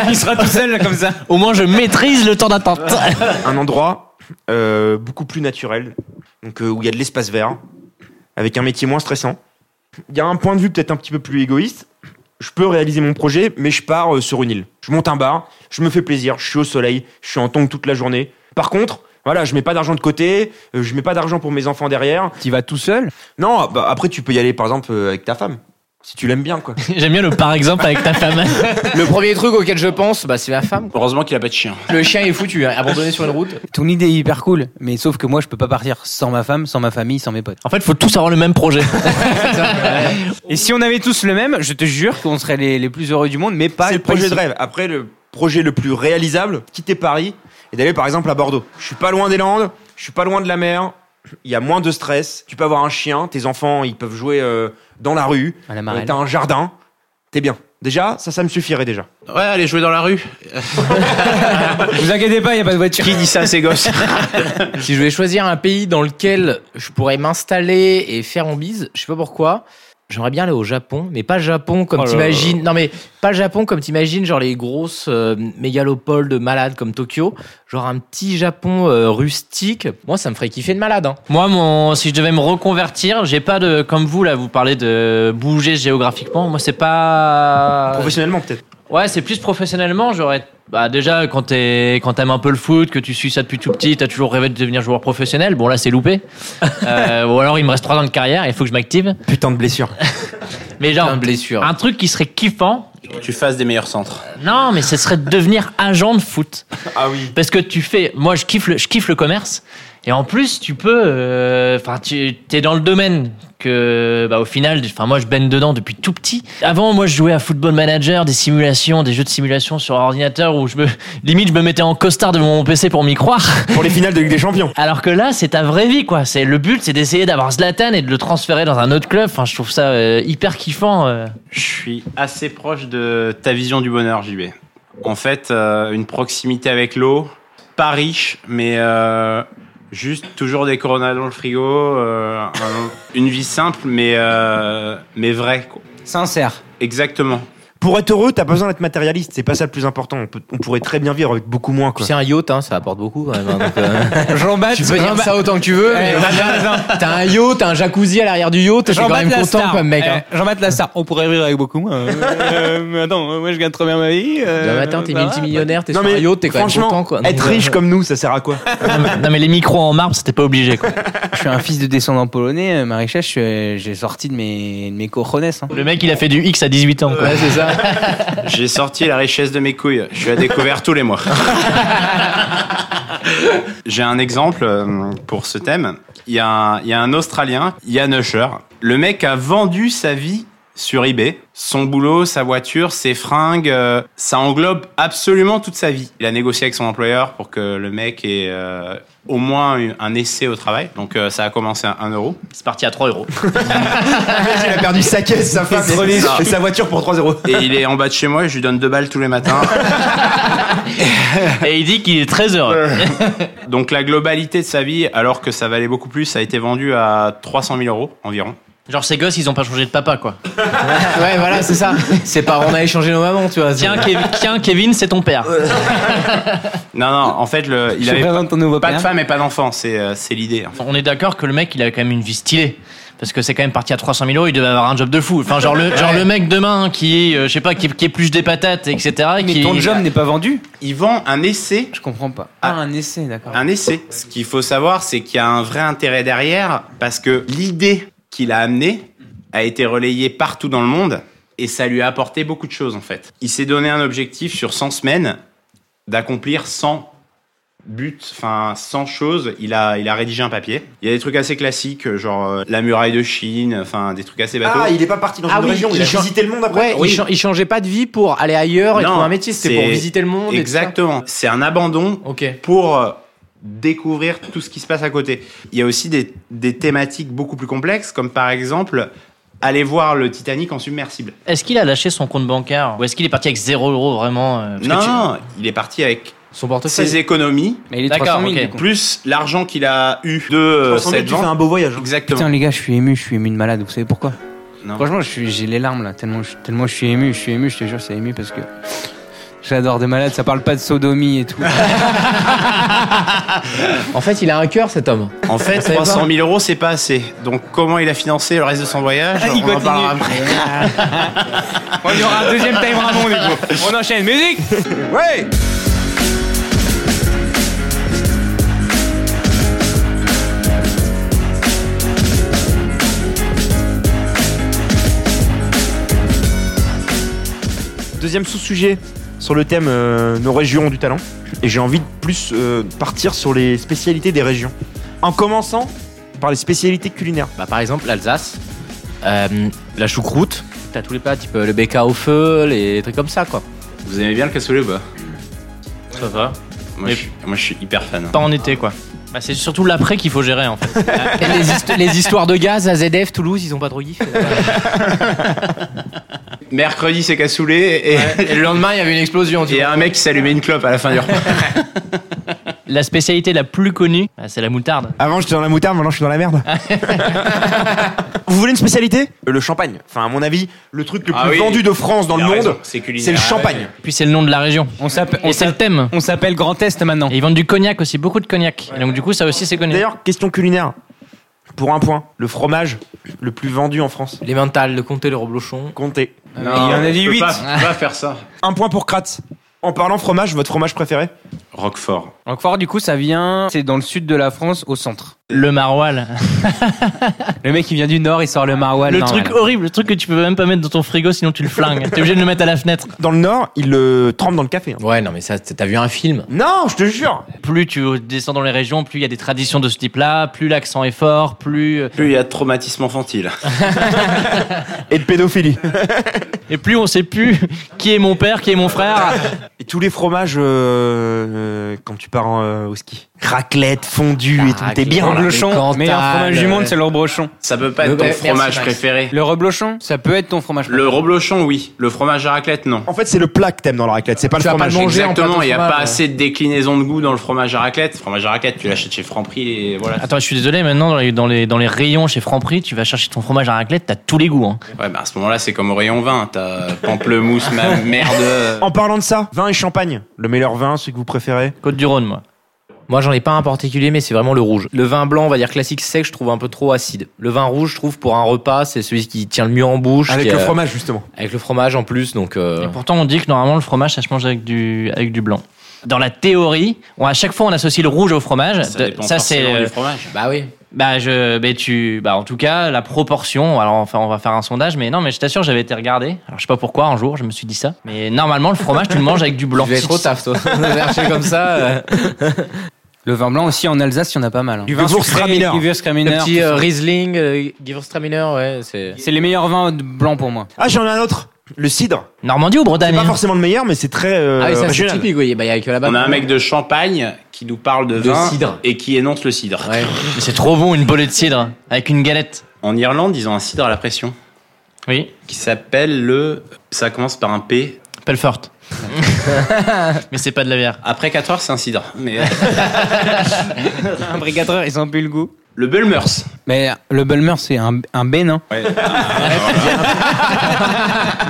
A: il sera tout seul comme ça.
I: Au moins, je maîtrise le temps d'attente.
D: un endroit euh, beaucoup plus naturel, donc euh, où il y a de l'espace vert, avec un métier moins stressant. Il y a un point de vue peut-être un petit peu plus égoïste. Je peux réaliser mon projet, mais je pars euh, sur une île. Je monte un bar, je me fais plaisir, je suis au soleil, je suis en tongue toute la journée. Par contre, voilà, je mets pas d'argent de côté, euh, je mets pas d'argent pour mes enfants derrière.
A: Tu vas tout seul
D: Non, bah, après tu peux y aller par exemple euh, avec ta femme, si tu l'aimes bien quoi.
I: J'aime bien le par exemple avec ta femme.
B: Le premier truc auquel je pense, bah, c'est la femme.
C: Heureusement qu'il a pas de chien.
B: Le chien est foutu, hein, abandonné sur une route.
A: Ton idée est hyper cool, mais sauf que moi je peux pas partir sans ma femme, sans ma famille, sans mes potes.
I: En fait, faut tous avoir le même projet.
A: Et si on avait tous le même, je te jure qu'on serait les, les plus heureux du monde, mais pas
D: C'est le
A: pas
D: projet
A: ici.
D: de rêve. Après, le projet le plus réalisable, quitter Paris et d'aller par exemple à Bordeaux. Je suis pas loin des Landes, je suis pas loin de la mer. Il y a moins de stress. Tu peux avoir un chien, tes enfants, ils peuvent jouer euh, dans la rue.
A: À la
D: Euh,
A: marelle.
D: T'as un jardin, t'es bien. Déjà, ça, ça me suffirait déjà.
C: Ouais, allez jouer dans la rue.
A: Vous inquiétez pas, il y a pas de voiture.
C: Qui dit ça à ses gosses
B: *laughs* Si je vais choisir un pays dans lequel je pourrais m'installer et faire mon bise, je sais pas pourquoi. J'aimerais bien aller au Japon, mais pas Japon comme
I: Oh là
B: t'imagines. Non, mais pas Japon comme t'imagines, genre les grosses euh, mégalopoles de malades comme Tokyo. Genre un petit Japon euh, rustique. Moi, ça me ferait kiffer de malade. Hein.
I: Moi, mon, si je devais me reconvertir, j'ai pas de, comme vous là, vous parlez de bouger géographiquement. Moi, c'est
D: Ah
I: pas.
D: Professionnellement, peut-être.
I: Ouais, c'est plus professionnellement. J'aurais. Bah, déjà, quand t'es, quand t'aimes un peu le foot, que tu suis ça depuis tout petit, t'as toujours rêvé de devenir joueur professionnel. Bon, là, c'est
B: *laughs*
I: loupé. Euh, ou alors, il me reste trois ans de carrière, il faut que je m'active.
D: Putain de blessure.
I: Mais genre,
B: Plein de blessures.
I: un truc qui serait kiffant.
C: Que *laughs* tu fasses des meilleurs centres.
I: Non, mais ce serait de devenir agent de foot.
D: *laughs* ah oui.
I: Parce que tu fais, moi je kiffe le, je kiffe le commerce. Et en plus, tu peux, euh, enfin, tu es dans le domaine que, bah, au final, enfin, moi je baigne dedans depuis tout petit. Avant, moi je jouais à Football Manager, des simulations, des jeux de simulation sur ordinateur où je me, limite, je me mettais en costard devant mon PC pour m'y croire.
D: *laughs* Pour les finales de Ligue des Champions.
I: Alors que là, c'est ta vraie vie, quoi. C'est le but, c'est d'essayer d'avoir Zlatan et de le transférer dans un autre club. Enfin, je trouve ça euh, hyper kiffant. euh.
C: Je suis assez proche de ta vision du bonheur, JB. En fait, euh, une proximité avec l'eau, pas riche, mais euh, juste toujours des coronas dans le frigo, euh, un- une vie simple, mais, euh, mais vraie. quoi.
A: Sincère.
C: Exactement.
D: Pour être heureux, t'as pas besoin d'être matérialiste. C'est pas ça le plus important. On, peut- on pourrait très bien vivre avec beaucoup moins. Quoi.
B: C'est un yacht, hein, ça apporte beaucoup quand même. hein, donc,
I: *laughs*
B: euh,
A: Jean-Baptiste,
B: *laughs* tu peux dire ça autant que tu veux. mais- T'as un yacht, t'as un jacuzzi à l'arrière du yacht, t'es quand même content comme mec. hein.
A: Eh, Jean-Baptiste Lassard, on pourrait rire avec beaucoup moins. Euh, mais attends, euh, moi je gagne très bien ma vie. euh,
B: Demain matin, t'es
A: ça va.
B: multimillionnaire, t'es
D: Non,
B: sur un
D: mais
B: yacht, t'es quand même
D: franchement,
B: content. Quoi. Donc,
D: être
B: euh,
D: riche comme nous, ça sert à quoi
I: Non mais, non, mais les micros en marbre, c'était pas obligé quoi.
A: Je suis un fils de descendant polonais, euh, ma richesse, je suis- j'ai sorti de mes, de mes cojones. hein.
I: Le mec, il a fait du X à 18 ans quoi.
B: Ouais, c'est ça.
C: J'ai sorti la richesse de mes couilles. Je suis à découvert tous les mois. J'ai un exemple euh, pour ce thème. Il y, a un- il y a un Australien, Ian Usher. Le mec a vendu sa vie sur eBay. Son boulot, sa voiture, ses fringues, euh, ça englobe absolument toute sa vie. Il a négocié avec son employeur pour que le mec ait euh, au moins eu un essai au travail. Donc euh, ça a commencé à 1 euro. C'est parti à 3 euros.
D: Il a perdu sa caisse, sa *laughs* femme,
C: ça.
D: et sa voiture pour 3 euros.
C: Et il est en bas de chez moi et je lui donne deux balles tous les matins.
I: Et il dit qu'il est très heureux.
C: Donc la globalité de sa vie, alors que ça valait beaucoup plus, ça a été vendu à 300 000 euros environ.
I: Genre ces gosses, ils ont pas changé de papa quoi.
B: Ouais, voilà, c'est ça. C'est pas on a échangé nos mamans, tu vois. c'est-
I: Tiens, Kevin, tiens, Kevin, c'est ton père.
C: Non, non, en fait, le, il
A: Je
C: avait
A: présente ton nouveau
C: pas de
A: père.
C: femme et pas d'enfant, c'est euh, c'est l'idée. en fait.
I: On est d'accord que le mec, il avait quand même une vie stylée. Parce que c'est quand même parti à 300 000 euros, il devait avoir un job de fou. Enfin, genre le, genre le mec demain qui, euh, je sais pas, qui, qui épluche des patates, etc. et
A: Mais
I: qui,
A: ton job n'est pas vendu
C: Il vend un essai.
A: Je comprends pas.
C: Ah.
A: Ah, un essai, d'accord.
C: Un essai. Ce qu'il faut savoir, c'est qu'il y a un vrai intérêt derrière, parce que l'idée qu'il a amenée a été relayée partout dans le monde, et ça lui a apporté beaucoup de choses, en fait. Il s'est donné un objectif sur 100 semaines d'accomplir 100 buts, enfin 100 choses. Il a, il a rédigé un papier. Il y a des trucs assez classiques, genre euh, la muraille de Chine, enfin des trucs assez bateaux.
D: Ah, il est pas parti dans
B: Ah
D: une
B: oui,
D: région, il
B: il
D: a
B: change-
D: visité le monde
B: Ouais,
D: après.
B: il, cha- il changeait pas de vie pour aller ailleurs et
C: Non,
B: trouver un métier, c'était pour
C: c'est-
B: visiter le monde. et tout ça.
C: Exactement. C'est un abandon
B: Ok.
C: pour euh, découvrir tout ce qui se passe à côté. Il y a aussi des, des thématiques beaucoup plus complexes, comme par exemple aller voir le Titanic en submersible.
I: Est-ce qu'il a lâché son compte bancaire Ou est-ce qu'il est parti avec 0 euros vraiment euh, parce que
C: Non,
I: tu-
C: non, il est parti avec
B: Son portefeuille.
C: ses économies,
A: Mais il est
I: D'accord,
A: 300 000
I: ok.
A: du coup.
C: plus l'argent qu'il a eu de euh,
D: 300 000,
C: cette
D: Bah, tu fais
C: vente.
D: un beau voyage. hein.
C: Exactement.
A: Putain les gars, je suis ému, je suis ému de malade, vous savez pourquoi
C: Non.
A: Franchement, je suis- j'ai les larmes là, tellement je, tellement je suis ému, je suis ému, je te jure, c'est ému parce que j'adore de malade, ça parle pas de sodomie et tout.
B: En fait, il a un cœur, cet homme.
C: En fait,
B: savait
C: 300 000 euros, c'est pas assez. Donc, comment il a financé le reste de son voyage
A: Il
C: On en parlera
A: continue.
C: après.
A: On y aura un deuxième time Ramon du coup. *laughs* On enchaîne, musique
D: Ouais Deuxième sous-sujet sur le thème euh, nos régions ont du talent. Et j'ai envie de plus euh, partir sur les spécialités des régions. En commençant par les spécialités culinaires.
B: Bah, par exemple, l'Alsace, euh, la choucroute. T'as tous les plats, type euh, le béca au feu, les trucs comme ça, quoi.
C: Vous aimez bien le cassoulet ou pas
I: Ça va.
C: moi,
I: Mais-
C: je suis- moi, je suis hyper fan.
I: Pas en été quoi. Bah, c'est surtout l'après qu'il faut gérer en fait.
B: *laughs* Et les, histo- les histoires de gaz à ZF, Toulouse, ils ont pas trop kiffé.
C: Mercredi, c'est cassoulet et,
B: Et le lendemain, il y avait une explosion,
C: et
B: tu
C: il y a
B: vois.
C: un mec qui s'allumait une clope à la fin du repas.
I: La spécialité la plus connue, bah, c'est la moutarde.
D: Avant j'étais dans la moutarde, maintenant je suis dans la merde. *laughs* Vous voulez une spécialité Euh, Le champagne. Enfin à mon avis, le truc le plus
C: Ah oui.
D: vendu de France dans
C: Il
D: le
C: a
D: monde,
C: raison, c'est culinaire.
D: c'est le
C: Ah ouais.
D: champagne.
I: Puis c'est le nom de la région.
A: On s'appelle on
I: Et c'est le
A: s'appelle-
I: thème.
A: on s'appelle Grand Est maintenant.
I: Et ils vendent du cognac aussi, beaucoup de cognac. Et donc du coup, ça aussi c'est connu.
D: D'ailleurs, question culinaire. Pour un point, le fromage le plus vendu en France.
B: Les mentales, le comté, le reblochon.
D: Comptez.
A: Mais il y en a dit
C: je peux
A: 8.
C: Pas, je peux pas faire ça.
D: Un point pour Kratz. En parlant fromage, votre fromage préféré
C: Roquefort.
A: Roquefort, du coup, ça vient, c'est dans le sud de la France, au centre.
I: Le maroilles.
A: Le mec, il vient du nord, il sort le maroilles.
I: Le
A: non,
I: truc
A: ouais.
I: horrible, le truc que tu peux même pas mettre dans ton frigo sinon tu le flingues. *laughs* T'es obligé de le mettre à la fenêtre.
D: Dans le Nord, il le trempe dans le café. hein.
B: Ouais, non, mais ça, t'as vu un film
D: Non, je te jure
I: Plus tu descends dans les régions, plus il y a des traditions de ce type-là, plus l'accent est fort, plus euh,
C: Plus il y a de traumatisme infantile.
D: Et de pédophilie.
I: et plus on sait plus *laughs* qui est mon père, qui est mon frère.
D: Et tous les fromages euh, euh, quand tu pars en, euh, au ski. Raclette, fondue et tout. T'es bien
A: reblochon, meilleur fromage du monde, c'est le reblochon.
C: Ça peut pas
A: Le-
C: être ton
A: Merci,
C: fromage
A: Max.
C: préféré.
A: Le reblochon, ça peut être ton fromage préféré.
C: Le reblochon, oui. Le fromage à raclette, non.
D: En fait, c'est le plat que t'aimes dans la raclette, c'est pas le fromage.
C: Exactement, il n'y a pas assez de déclinaison de goût dans le fromage à raclette. Le fromage à raclette, tu l'achètes chez Franprix et voilà.
I: Attends, je suis désolé, maintenant, dans les, dans les, dans les rayons chez Franprix, tu vas chercher ton fromage à raclette, t'as tous les goûts. Hein.
C: Ouais, bah à ce moment-là, c'est comme au rayon vin. T'as pamplemousse, ma merde.
D: En parlant de ça, vin et champagne, le meilleur vin, celui que vous préférez
L: Côte du Rhône, moi. Moi, j'en ai pas un particulier, mais c'est vraiment le rouge. Le vin blanc, on va dire classique sec, je trouve un peu trop acide. Le vin rouge, je trouve pour un repas, c'est celui qui tient le mieux en bouche.
M: Avec
L: qui,
M: le
L: euh,
M: fromage, justement.
L: Avec le fromage en plus, donc. euh,
I: Pourtant, on dit que normalement, le fromage, ça se mange avec du, avec du blanc. Dans la théorie, on, à chaque fois, on associe le rouge au fromage.
L: Ça
I: De-
L: dépend forcément du
C: fromage.
L: Bah oui.
I: Bah, je, mais tu, bah, en tout cas, la proportion. Alors, enfin, on va faire un sondage, mais non, mais je t'assure, j'avais été regardé. Alors, je sais pas pourquoi, un jour, je me suis dit ça. Mais normalement, le fromage, tu le manges avec du
L: *laughs*
I: blanc.
L: Tu vas être au taf, toi. Chercher comme ça. euh.
A: Le vin blanc aussi en Alsace, il y en a pas mal. hein.
L: Du vin Gewürztraminer.
A: Du Gewürztraminer,
L: Le petit
A: tout
L: euh,
A: ça.
L: Riesling, euh, Gewürztraminer, ouais, c'est.
A: C'est les meilleurs vins blancs *laughs* pour moi.
D: Ah, j'en ai un autre, le cidre.
I: Normandie ou Bretagne
D: C'est pas forcément le meilleur, mais c'est très. euh,
L: ah oui, ça c'est
D: régional.
L: typique, oui. Bah, y a que là-bas.
C: On a un mec de Champagne qui nous parle de,
L: De
C: vin
L: cidre.
C: et qui énonce le cidre.
I: Mais c'est trop bon, une bolée de cidre avec une galette.
C: En Irlande, ils ont un cidre à la pression.
I: Oui.
C: Qui s'appelle le. Ça commence par un P.
L: *laughs*
I: Pelfort. mais c'est pas de la bière.
C: Après 4 heures, c'est un cidre. Mais euh,
A: Après 4 heures, ils ont plus le goût.
C: le Bulmers.
A: Mais le Bulmer, c'est un, un B, non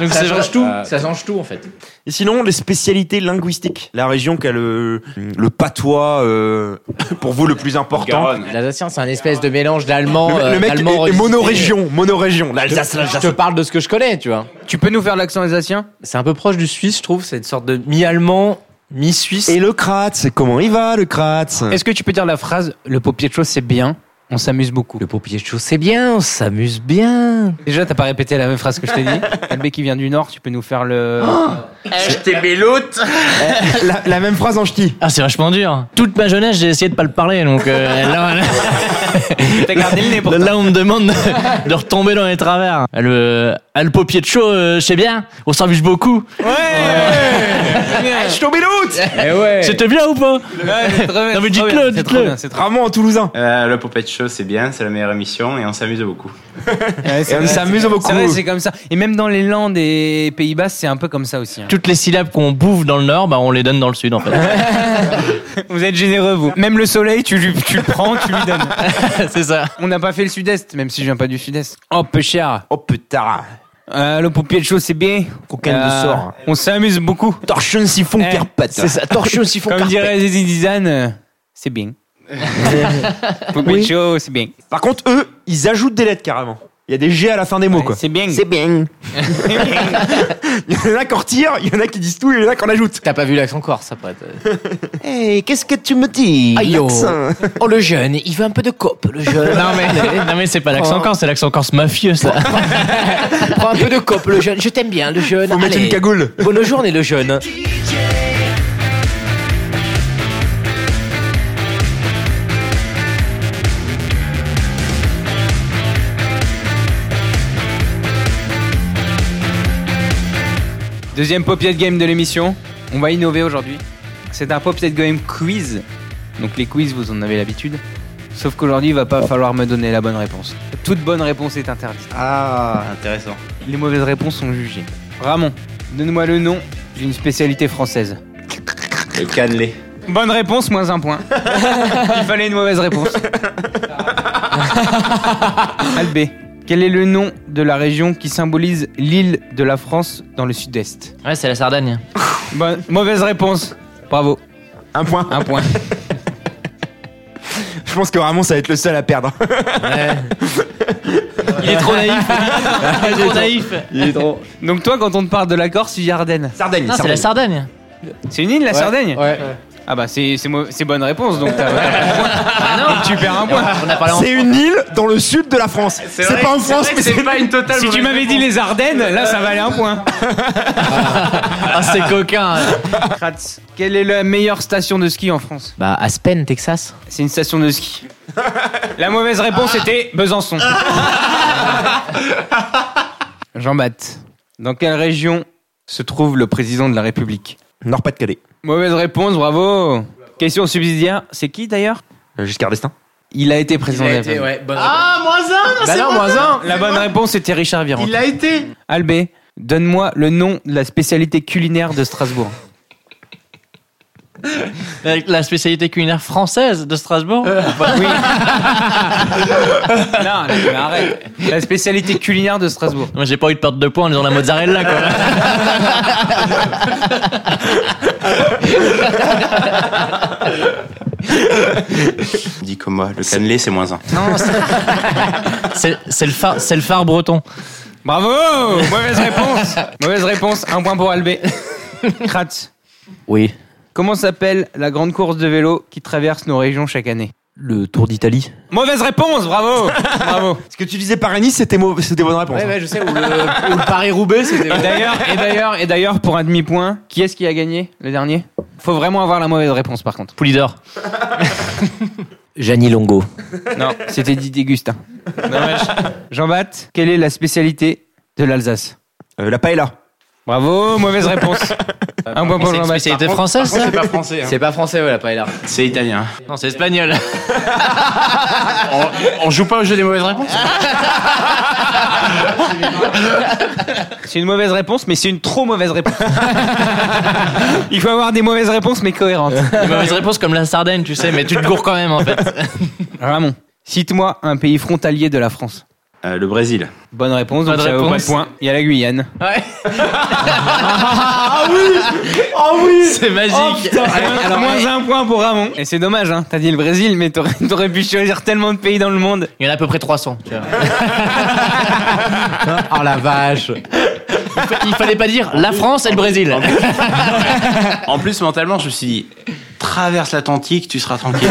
I: Donc
L: ça change tout.
C: Euh,
L: Ça change tout en fait.
D: Et sinon, les spécialités linguistiques. La région qui a le, le patois, euh, pour vous, le plus important.
C: Garonne.
L: L'Alsacien, c'est un espèce de mélange d'allemand.
D: Le,
L: euh,
D: le mec
L: allemand
D: est, est
L: revisité.
D: mono-région, mono-région. L'Alsace,
L: Je
D: l'Alsace.
L: te parle de ce que je connais, tu vois.
A: Tu peux nous faire l'accent alsacien
L: C'est un peu proche du suisse, je trouve. C'est une sorte de mi-allemand, mi-suisse.
D: Et le Kratz, comment il va, le Kratz
A: Est-ce que tu peux dire la phrase Le papier de chaud, c'est bien, on s'amuse beaucoup
L: Le pompier chaud, c'est bien, on s'amuse bien.
A: Déjà, t'as pas répété la même phrase que je t'ai *laughs* dit. T'as le mec qui vient du Nord, tu peux nous faire le.
C: J'étais bélote.
D: la, la même phrase en ch'ti.
I: Ah, c'est vachement dur. Toute ma jeunesse, j'ai essayé de pas le parler,
L: *laughs*
I: donc euh, là, là-
A: T'as gardé le nez pour
I: là, on me demande de, de retomber dans les travers. Ah, Le, ah, le pied de chaud, euh, je sais bien, on s'amuse beaucoup.
A: Ah,
D: Je tombé
L: Eh ouais.
I: C'était bien ou pas Non, mais dites-le, dites-le.
D: Rarement en Toulousain.
C: Euh, le Popette Show, c'est bien, c'est la meilleure émission et on s'amuse beaucoup.
D: Et on s'amuse beaucoup.
A: C'est vrai, c'est comme ça. Et même dans les Landes et Pays-Bas, c'est un peu comme ça aussi. hein.
I: Toutes les syllabes qu'on bouffe dans le nord, bah, on les donne dans le sud, en fait.
A: Vous êtes généreux, vous. Même le soleil, tu, lui- tu le prends, tu lui donnes.
I: c'est ça.
A: On n'a pas fait le sud-est, même si je viens pas du sud-est. Oh, peu cher.
D: Oh putain.
A: Euh, le pompier de chaud, c'est bien.
D: Coquin de
A: Euh,
D: sort.
A: On s'amuse beaucoup.
D: Torchon siphon
A: Eh,
D: carpette.
L: C'est ça, torchon siphon
A: Comme
L: carpet.
A: dirait Zizi Zizan, euh, c'est bien. pompier de chaud, c'est bien.
D: Par contre, eux, ils ajoutent des lettres carrément. Il y a des G à la fin des mots, quoi.
A: C'est bien.
D: bien. il y en a qui en retirent, il y en a qui disent tout, il y en a qui en ajoutent.
L: T'as pas vu l'accent corse, ça peut être.
D: Ah, Hey, qu'est-ce que tu me dis
L: Aïe, oh.
D: l'accent
L: Oh, le jeune, il veut un peu de cope, le jeune.
I: Non, mais, *laughs* non, mais c'est pas
L: Oh.
I: l'accent corse, c'est l'accent corse mafieux, ça.
L: Prends un peu de cope, le jeune. Je t'aime bien, le jeune.
D: Faut mettre
L: Allez.
D: une cagoule.
L: Bonne journée, le jeune.
A: *laughs* Deuxième Popiette Game de l'émission. On va innover aujourd'hui. C'est un Popiette Game quiz. Donc les quiz, vous en avez l'habitude. Sauf qu'aujourd'hui, il va pas falloir me donner la bonne réponse. Toute bonne réponse est interdite.
D: Ah.
C: Intéressant.
A: Les mauvaises réponses sont jugées. Ramon, donne-moi le nom d'une spécialité française.
C: Le cannelé.
A: Bonne réponse, moins
L: *laughs*
A: un point. il fallait une mauvaise réponse. Albé, quel est le nom de la région qui symbolise l'île de la France dans le sud-est
I: Ouais, c'est la Sardaigne.
A: Bonne- Mauvaise réponse. Bravo,
D: Un point.
A: un point.
D: *laughs* Je pense que vraiment ça va être le seul à perdre.
I: Il est trop naïf. Il est trop naïf.
A: Donc toi, quand on te parle de la Corse, tu dis Ardennes.
D: Sardaigne,
I: Non, c'est la *laughs* Sardaigne.
A: C'est une île, la Sardaigne
L: Ouais.
A: Ah bah c'est c'est mau- c'est bonne réponse,
L: *laughs*
A: donc t'as
L: Ah
A: Et tu perds un point.
I: On a parlé en
D: C'est une île dans le sud de la France. C'est pas en France, mais c'est
C: pas une totale.
A: Si tu m'avais dit les Ardennes, là ça valait un point.
I: Ah, *laughs* c'est coquin.
A: Kratz, quelle est la meilleure station de ski en France
L: Bah, Aspen, Texas.
A: C'est une station de ski. La mauvaise réponse était *laughs* Besançon. Jean-Bapt, dans quelle région se trouve le président de la République
D: Nord-Pas-de-Calais.
A: Mauvaise réponse, bravo. Question subsidiaire, c'est qui d'ailleurs
D: euh, Giscard d'Estaing.
A: Il a été président
C: Il a
A: de la
C: été,
A: famille.
C: ouais, bonne Ah, moins un non,
A: Bah
C: c'est
A: non, moins un. La
C: C'est
A: bonne
C: moins un.
A: réponse était Richard Virenque.
C: Il a été
A: Albé, donne-moi le nom de la spécialité culinaire de Strasbourg.
I: Avec La spécialité culinaire française de Strasbourg
A: Oui. *laughs* non, non, mais arrête. La spécialité culinaire de Strasbourg.
I: Moi, j'ai pas eu de perdre de points en disant la mozzarella, quoi.
C: Dis comme moi, le cannelé c'est moins un.
I: Non, *laughs* c'est c'est le phare, c'est le phare breton.
A: Bravo Mauvaise réponse Mauvaise réponse, un point pour Albé. Kratz.
L: Oui.
A: Comment s'appelle la grande course de vélo qui traverse nos régions chaque année
L: Le Tour d'Italie.
A: Mauvaise réponse, bravo Bravo
M: Ce que tu disais par Nice, c'était mauva- c'était bonne réponse. hein.
B: Ouais, ouais, je sais, ou le, ou le Paris-Roubaix, c'était.
A: Et d'ailleurs, et d'ailleurs, et d'ailleurs, pour un demi-point, qui est-ce qui a gagné le dernier Faut vraiment avoir la mauvaise réponse par contre.
I: Poulidor.
L: Gianni Longo.
A: Non, c'était Didier Gustin. Dommage. Jean-Bapt, quelle est la spécialité de l'Alsace
M: Euh, la paella.
A: Bravo, mauvaise réponse. Un point pour
I: C'est une
A: Jean-Bapt.
I: spécialité française, ça
C: C'est pas français, hein.
B: C'est pas français, ouais, la paella.
C: c'est italien.
I: Non, c'est espagnol.
C: On, on joue pas au jeu des mauvaises réponses
A: C'est une mauvaise réponse, mais c'est une trop mauvaise réponse. *laughs* Il faut avoir des mauvaises réponses, mais cohérentes.
I: Une mauvaise réponse comme la Sardaigne, tu sais, mais tu te gourres quand même, en fait.
A: Ramon, cite-moi un pays frontalier de la France.
C: Euh, Le Brésil.
A: Bonne réponse, donc
I: Bonne
A: ça vaut pas de
I: réponse.
A: point. Il y a la Guyane.
I: Ouais.
D: Ah
M: Oh oui
I: C'est magique.
A: Alors, moins un point pour Ramon. Et c'est dommage, hein. T'as dit le Brésil, mais t'aurais, t'aurais pu choisir tellement de pays dans le monde.
I: Il y en a à peu près 300.
L: *laughs*
I: tu vois.
B: Oh la vache.
I: Il fallait pas dire la France et le Brésil.
C: En plus, mentalement, je me suis dit, traverse l'Atlantique, tu seras tranquille.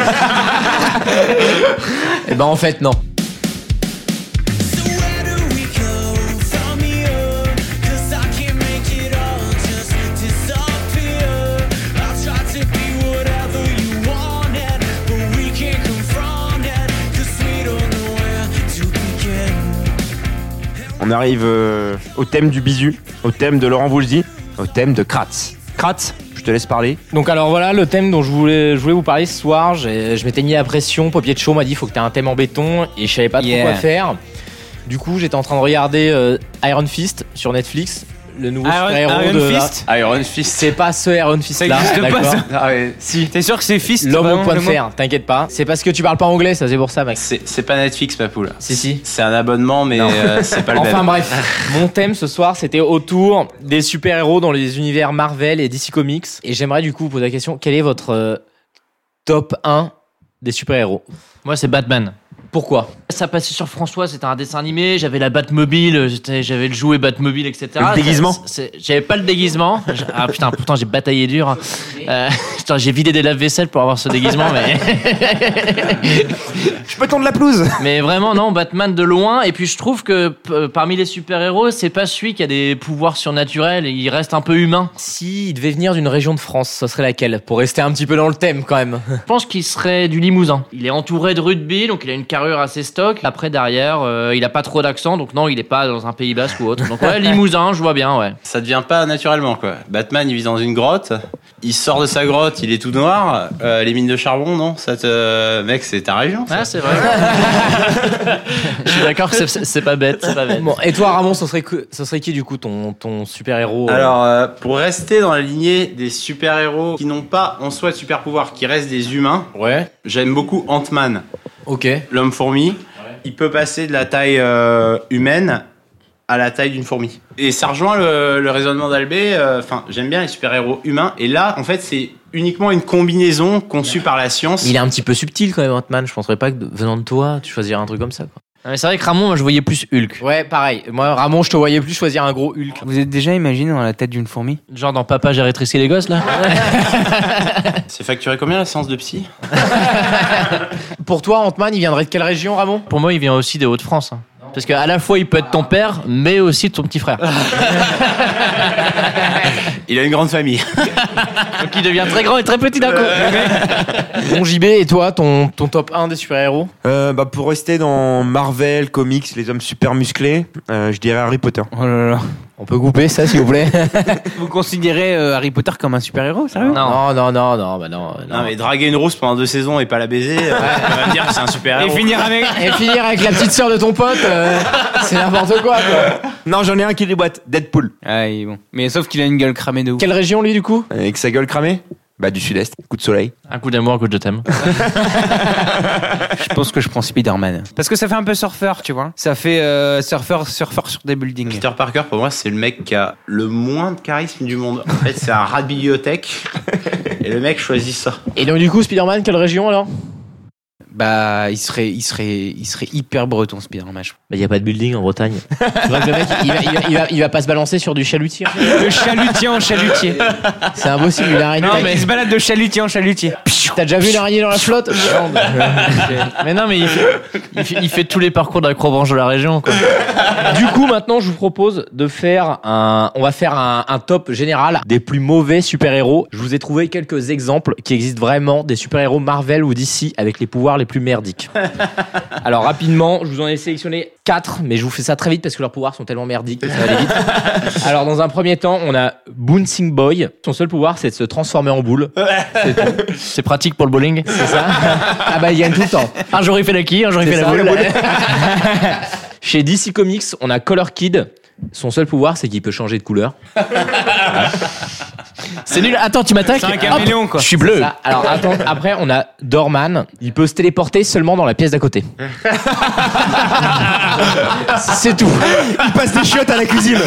L: Eh ben en fait non.
H: So where do we go from here? 'Cause I can't make it all just disappear. I tried to be whatever you wanted, but we can't confront it 'cause we don't know where to begin.
M: On arrive euh, au thème du bisu, au thème de Laurent Voulzy, au thème de Kratz. Kratz, je te laisse parler.
B: Donc alors voilà le thème dont je voulais, je voulais vous parler ce soir. J'ai- Je m'étais mis à la pression. Popier de chaud m'a dit faut que t'aies un thème en béton et je savais pas trop
A: Yeah.
B: quoi faire. Du coup j'étais en train de regarder euh, Iron Fist sur Netflix, le nouveau super-héros de la-
C: *laughs* Iron Fist.
B: C'est pas ce Iron Fist là.
A: existe pas,
B: d'accord.
A: ça.
C: Ah ouais, si.
A: T'es sûr que c'est fist
B: L'homme
A: vraiment,
B: au point de
A: le mot
B: fer, t'inquiète pas. C'est parce que tu parles pas anglais, ça c'est pour ça Max.
C: C'est c'est pas Netflix, ma poule.
B: Si si.
C: C'est un abonnement, mais euh, c'est pas le
B: Enfin
C: même.
B: bref, mon thème ce soir c'était autour des super-héros dans les univers Marvel et DC Comics. Et j'aimerais du coup vous poser la question, quel est votre euh, top 1 des super-héros
I: Moi, c'est Batman.
B: Pourquoi
I: Ça passait sur François, c'était un dessin animé, j'avais la Batmobile, j'étais- j'avais le jouet Batmobile, etc.
M: Le déguisement.
I: Ça, c'est- J'avais pas le déguisement. J'- Ah putain, pourtant j'ai bataillé dur. Euh, *laughs* putain, j'ai vidé des lave-vaisselle pour avoir ce déguisement, mais...
M: Je peux tendre la pelouse
I: Mais vraiment, non, Batman de loin. Et puis je trouve que p- euh, parmi les super-héros, c'est pas celui qui a des pouvoirs surnaturels. Il reste un peu humain.
B: Si il devait venir d'une région de France, ce serait laquelle Pour rester un petit peu dans le thème quand même.
I: Je pense qu'il serait du Limousin. Il est entouré de rugby, donc il a une carrure assez stock. Après, derrière, euh, il a pas trop d'accent, donc non, il est pas dans un Pays Basque ou autre. Donc ouais, Limousin, je vois bien, ouais.
C: Ça devient pas naturellement, quoi. Batman, il vit dans une grotte. Il sort de sa grotte, il est tout noir. Euh, les mines de charbon, non Ça te... Mec, c'est ta région, ça.
I: Ah, c'est vrai. *laughs* je suis d'accord que c'est- c'est c'est pas bête, c'est pas bête.
B: Bon, et toi Ramon, ce serait, que- ce serait qui du coup ton, ton super-héros euh,
C: Alors, euh, pour rester dans la lignée des super-héros qui n'ont pas en soi de super-pouvoir, qui restent des humains,
B: Ouais,
C: j'aime beaucoup Ant-Man,
B: ok.
C: l'homme fourmi. Il peut passer de la taille euh, humaine à la taille d'une fourmi. Et ça rejoint le, le raisonnement d'Albé. euh, Enfin, j'aime bien les super-héros humains. Et là, en fait, c'est uniquement une combinaison conçue par la science.
B: Il est un petit peu subtil quand même, Ant-Man. Je penserais pas que de- venant de toi, tu choisirais un truc comme ça. Quoi.
I: Non, mais c'est vrai que Ramon, moi, je voyais plus Hulk.
B: Ouais, pareil. Moi, Ramon, je te voyais plus choisir un gros Hulk.
A: Vous êtes déjà imaginé dans la tête d'une fourmi
I: Genre dans Papa, j'ai rétréci les gosses, là.
C: C'est facturé combien la séance de psy
B: Pour toi, Ant-Man, il viendrait de quelle région, Ramon
I: Pour moi, il vient aussi des Hauts-de-France. hein. Parce qu'à la fois, il peut être ton père, mais aussi ton petit frère.
C: Il a une grande famille.
I: Donc il devient très grand et très petit d'un coup.
B: Bon, JB, et toi, ton, ton top 1 des super-héros
M: Euh, bah, Pour rester dans Marvel, comics, les hommes super musclés, euh, je dirais Harry Potter.
A: Oh là là.
B: On peut couper ça, s'il vous plaît
A: Vous considérez euh, Harry Potter comme un super-héros, sérieux
B: Non, non, non, non, bah non.
C: Non, mais draguer une rousse pendant deux saisons et pas la baiser, euh, on va me dire que c'est un
A: Ah,
C: super héros.
B: Et finir avec la petite sœur de ton pote, euh, c'est n'importe quoi, quoi.
D: Non, j'en ai un qui déboîte, Deadpool.
A: *laughs* Ah, il est bon. Mais sauf qu'il a une gueule cramée de ouf.
B: Quelle région, lui, du coup
D: Avec sa gueule cramée Bah, du sud-est. Coup de soleil.
I: Un coup d'amour, un coup de je t'aime.
A: Je pense que je prends Spider-Man. Parce que ça fait un peu surfeur, tu vois. Ça fait euh, surfeur, surfeur sur des buildings.
C: Peter Parker, pour moi, c'est le mec qui a le moins de charisme du monde. En fait, c'est un rat de *laughs* bibliothèque. Et le mec choisit ça.
B: Et donc, du coup, Spider-Man, quelle région alors
A: Bah, il serait, il serait, il serait hyper breton, Spider-Man. je
I: Mais il n'y a pas de building en Bretagne.
B: Tu vois que le mec, il va, il va- il va- il va pas se balancer sur du chalutier.
A: pense. De chalutier en chalutier.
B: C'est impossible, il a arrêté.
A: Non, mais il se balade de chalutier en chalutier.
B: T'as déjà vu une araignée dans la flotte Non, bah, *laughs*
I: mais non, mais il fait, il fait- il fait tous les parcours d'acrobranche de la région. Quoi.
B: Du coup, maintenant, je vous propose de faire un. On va faire un, un top général des plus mauvais super-héros. Je vous ai trouvé quelques exemples qui existent vraiment des super-héros Marvel ou DC avec les pouvoirs les plus merdiques. Alors, rapidement, je vous en ai sélectionné quatre, mais je vous fais ça très vite parce que leurs pouvoirs sont tellement merdiques que ça va aller
I: *laughs*
B: vite. Alors, dans un premier temps, on a Bouncing Boy. Son seul pouvoir, c'est de se transformer en boule.
I: C'est pratique pour le bowling.
B: C'est ça Ah, bah, il gagne tout le temps.
I: Un jour il fait la quille, un jour il fait
B: C'est
I: la
B: ça,
I: boule.
B: le *laughs* Chez DC Comics, on a Color Kid. Son seul pouvoir, c'est qu'il peut changer de couleur.
I: C'est nul. Attends, tu m'attaques.
A: C'est un caméléon, quoi.
I: Je suis bleu.
B: Ça, alors attends, après on a Dorman, il peut se téléporter seulement dans la pièce d'à
D: *laughs*
B: côté. C'est tout.
D: Il passe des chiottes à la cuisine.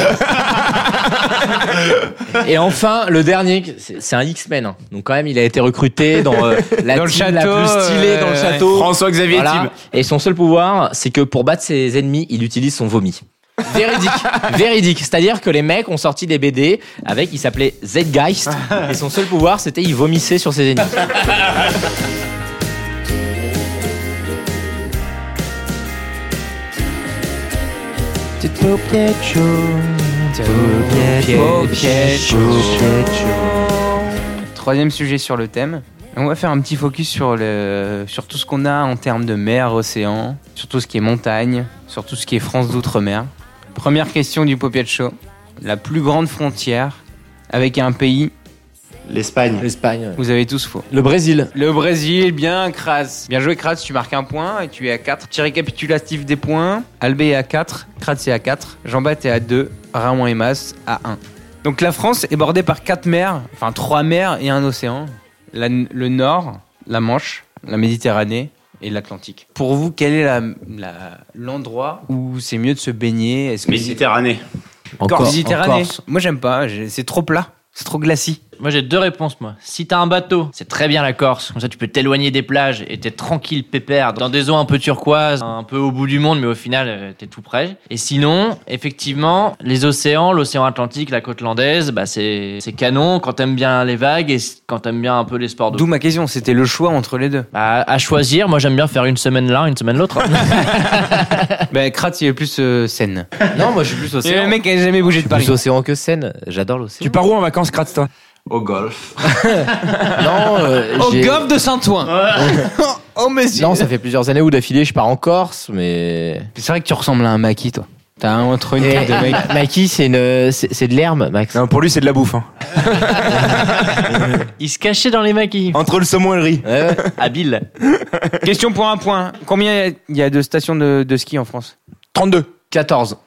B: Et enfin, le dernier, c'est c'est un X-Men. hein. Donc quand même, il a été recruté dans euh, la
A: Dans le
B: team la
A: château,
B: plus stylée dans le
A: euh,
B: château.
C: François-Xavier
B: Voilà.
C: Thiem.
B: Et son seul pouvoir, c'est que pour battre ses ennemis, il utilise son vomi. Véridique, véridique. C'est-à-dire que les mecs ont sorti des BD avec, il s'appelait Zeitgeist, et son seul pouvoir, c'était il vomissait sur ses ennemis.
A: Troisième sujet sur le thème. On va faire un petit focus sur, le, sur tout ce qu'on a en termes de mer, océan, sur tout ce qui est montagne, sur tout ce qui est France d'outre-mer. Première question du Popiat Show. La plus grande frontière avec un pays,
C: L'Espagne.
B: L'Espagne.
A: vous avez tous faux.
B: Le Brésil.
A: Le Brésil, bien Kratz. Bien joué Kratz, tu marques un point et tu es à 4. Petit récapitulatif des points. Albé est à 4, Kratz est à 4, Jambat est à 2, Ramon et Mas à 1. Donc la France est bordée par 4 mers, enfin 3 mers et un océan. La- le Nord, la Manche, la Méditerranée et l'Atlantique. Pour vous, quel est la- la- l'endroit où c'est mieux de se baigner Est-ce que c'est-
C: Méditerranée.
A: Corse,
I: Encore,
A: Méditerranée.
I: en Corse.
A: Moi j'aime pas, j'ai- c'est trop plat, c'est trop glacis.
I: Moi j'ai deux réponses moi. Si t'as un bateau, c'est très bien la Corse. Comme ça tu peux t'éloigner des plages et t'es tranquille pépère dans des eaux un peu turquoises, un peu au bout du monde mais au final euh, t'es tout près. Et sinon, effectivement, les océans, l'océan Atlantique, la côte landaise, bah c'est c'est canon quand t'aimes bien les vagues et c- quand t'aimes bien un peu les sports d'eau.
A: D'où ma question, c'était le choix entre les
I: *laughs*
A: deux.
I: Bah, à choisir, moi j'aime bien faire une semaine l'un, une semaine l'autre. *laughs*
A: Ben Kratz il est plus euh, Seine.
B: Non, moi je suis plus
A: C'est le
B: océan.
A: mec qui n'a jamais bougé de Paris.
B: Plus océan que Seine. J'adore l'océan.
D: Tu pars où en vacances, Kratz, toi
C: Au golf.
B: Non, euh,
A: Au
B: j'ai-
A: golfe de Saint-Ouen. *laughs* oh monsieur.
B: Non, ça fait plusieurs années où d'affilée je pars en Corse, mais.
A: C'est vrai que tu ressembles à un maquis toi. T'as un entre une tête de mec.
B: Ma- Mikey, c'est une, c'est c'est de l'herbe, Max.
D: Non, pour lui, c'est de la bouffe. hein.
I: *laughs* Il se cachait dans les maquis.
D: Entre le saumon et le riz.
B: Ouais, ouais.
I: Habile.
A: *laughs* Question pour un point. Combien il y a- il y a de stations de, de ski en France
D: 32.
B: 14.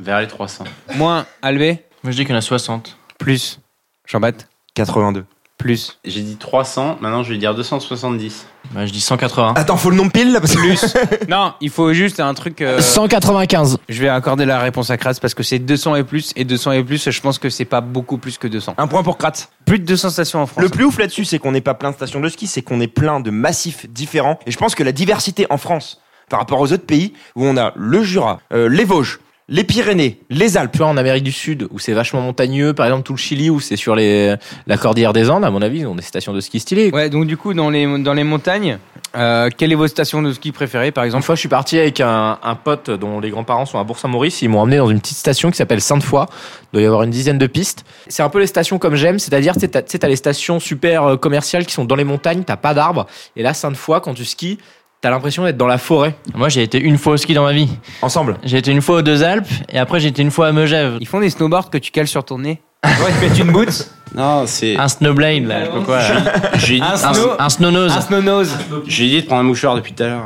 C: Vers les 300.
A: Moins Alvé
I: Moi je dis qu'il y en a 60.
A: plus Jean-Bat
D: 82.
A: plus
C: J'ai dit 300, maintenant je vais dire 270.
I: Moi je dis 180.
D: Attends, faut le nom pile là parce que.
A: Non, il faut juste un truc euh,
B: 195.
A: je vais accorder la réponse à Kratz parce que c'est 200 et plus et 200 et plus, je pense que c'est pas beaucoup plus que 200.
D: *laughs* Un point pour Kratz.
A: Plus de 200 stations en France.
D: Le plus ouf là-dessus, c'est qu'on n'est pas plein de stations de ski, c'est qu'on est plein de massifs différents. Et je pense que la diversité en France, par rapport aux autres pays, où on a le Jura, euh, les Vosges, les Pyrénées, les Alpes.
B: Tu vois, en Amérique du Sud, où c'est vachement montagneux, par exemple tout le Chili, où c'est sur les, la cordillère des Andes, à mon avis, ils ont des stations de ski stylées.
A: Ouais, donc du coup dans les dans les montagnes, euh, quelle est vos stations de ski préférées par
B: Une
A: exemple
B: fois, je suis parti avec un, un pote dont les grands-parents sont à Bourg-Saint-Maurice. Ils m'ont emmené dans une petite station qui s'appelle Sainte-Foy. Il doit y avoir une dizaine de pistes. C'est un peu les stations comme j'aime, c'est-à-dire, tu sais, t'as- tu sais, t'as les stations super euh, commerciales qui sont dans les montagnes, t'as pas d'arbres. Et là, Sainte-Foy, quand tu skis, T'as l'impression d'être dans la forêt.
I: Moi, j'ai été une fois au ski dans ma vie.
D: Ensemble
I: J'ai été une fois aux Deux Alpes et après, j'ai été une fois à Megève.
A: Ils font des snowboards que tu cales sur ton nez.
C: Ouais, tu mets une boot Non, c'est.
I: Un snowblade, là, je sais pas quoi. là.
C: J'ai dit,
I: Un, snow... un
A: Un
I: snow-nose.
A: snow-nose.
C: j'ai dit de prendre un mouchoir depuis tout à l'heure.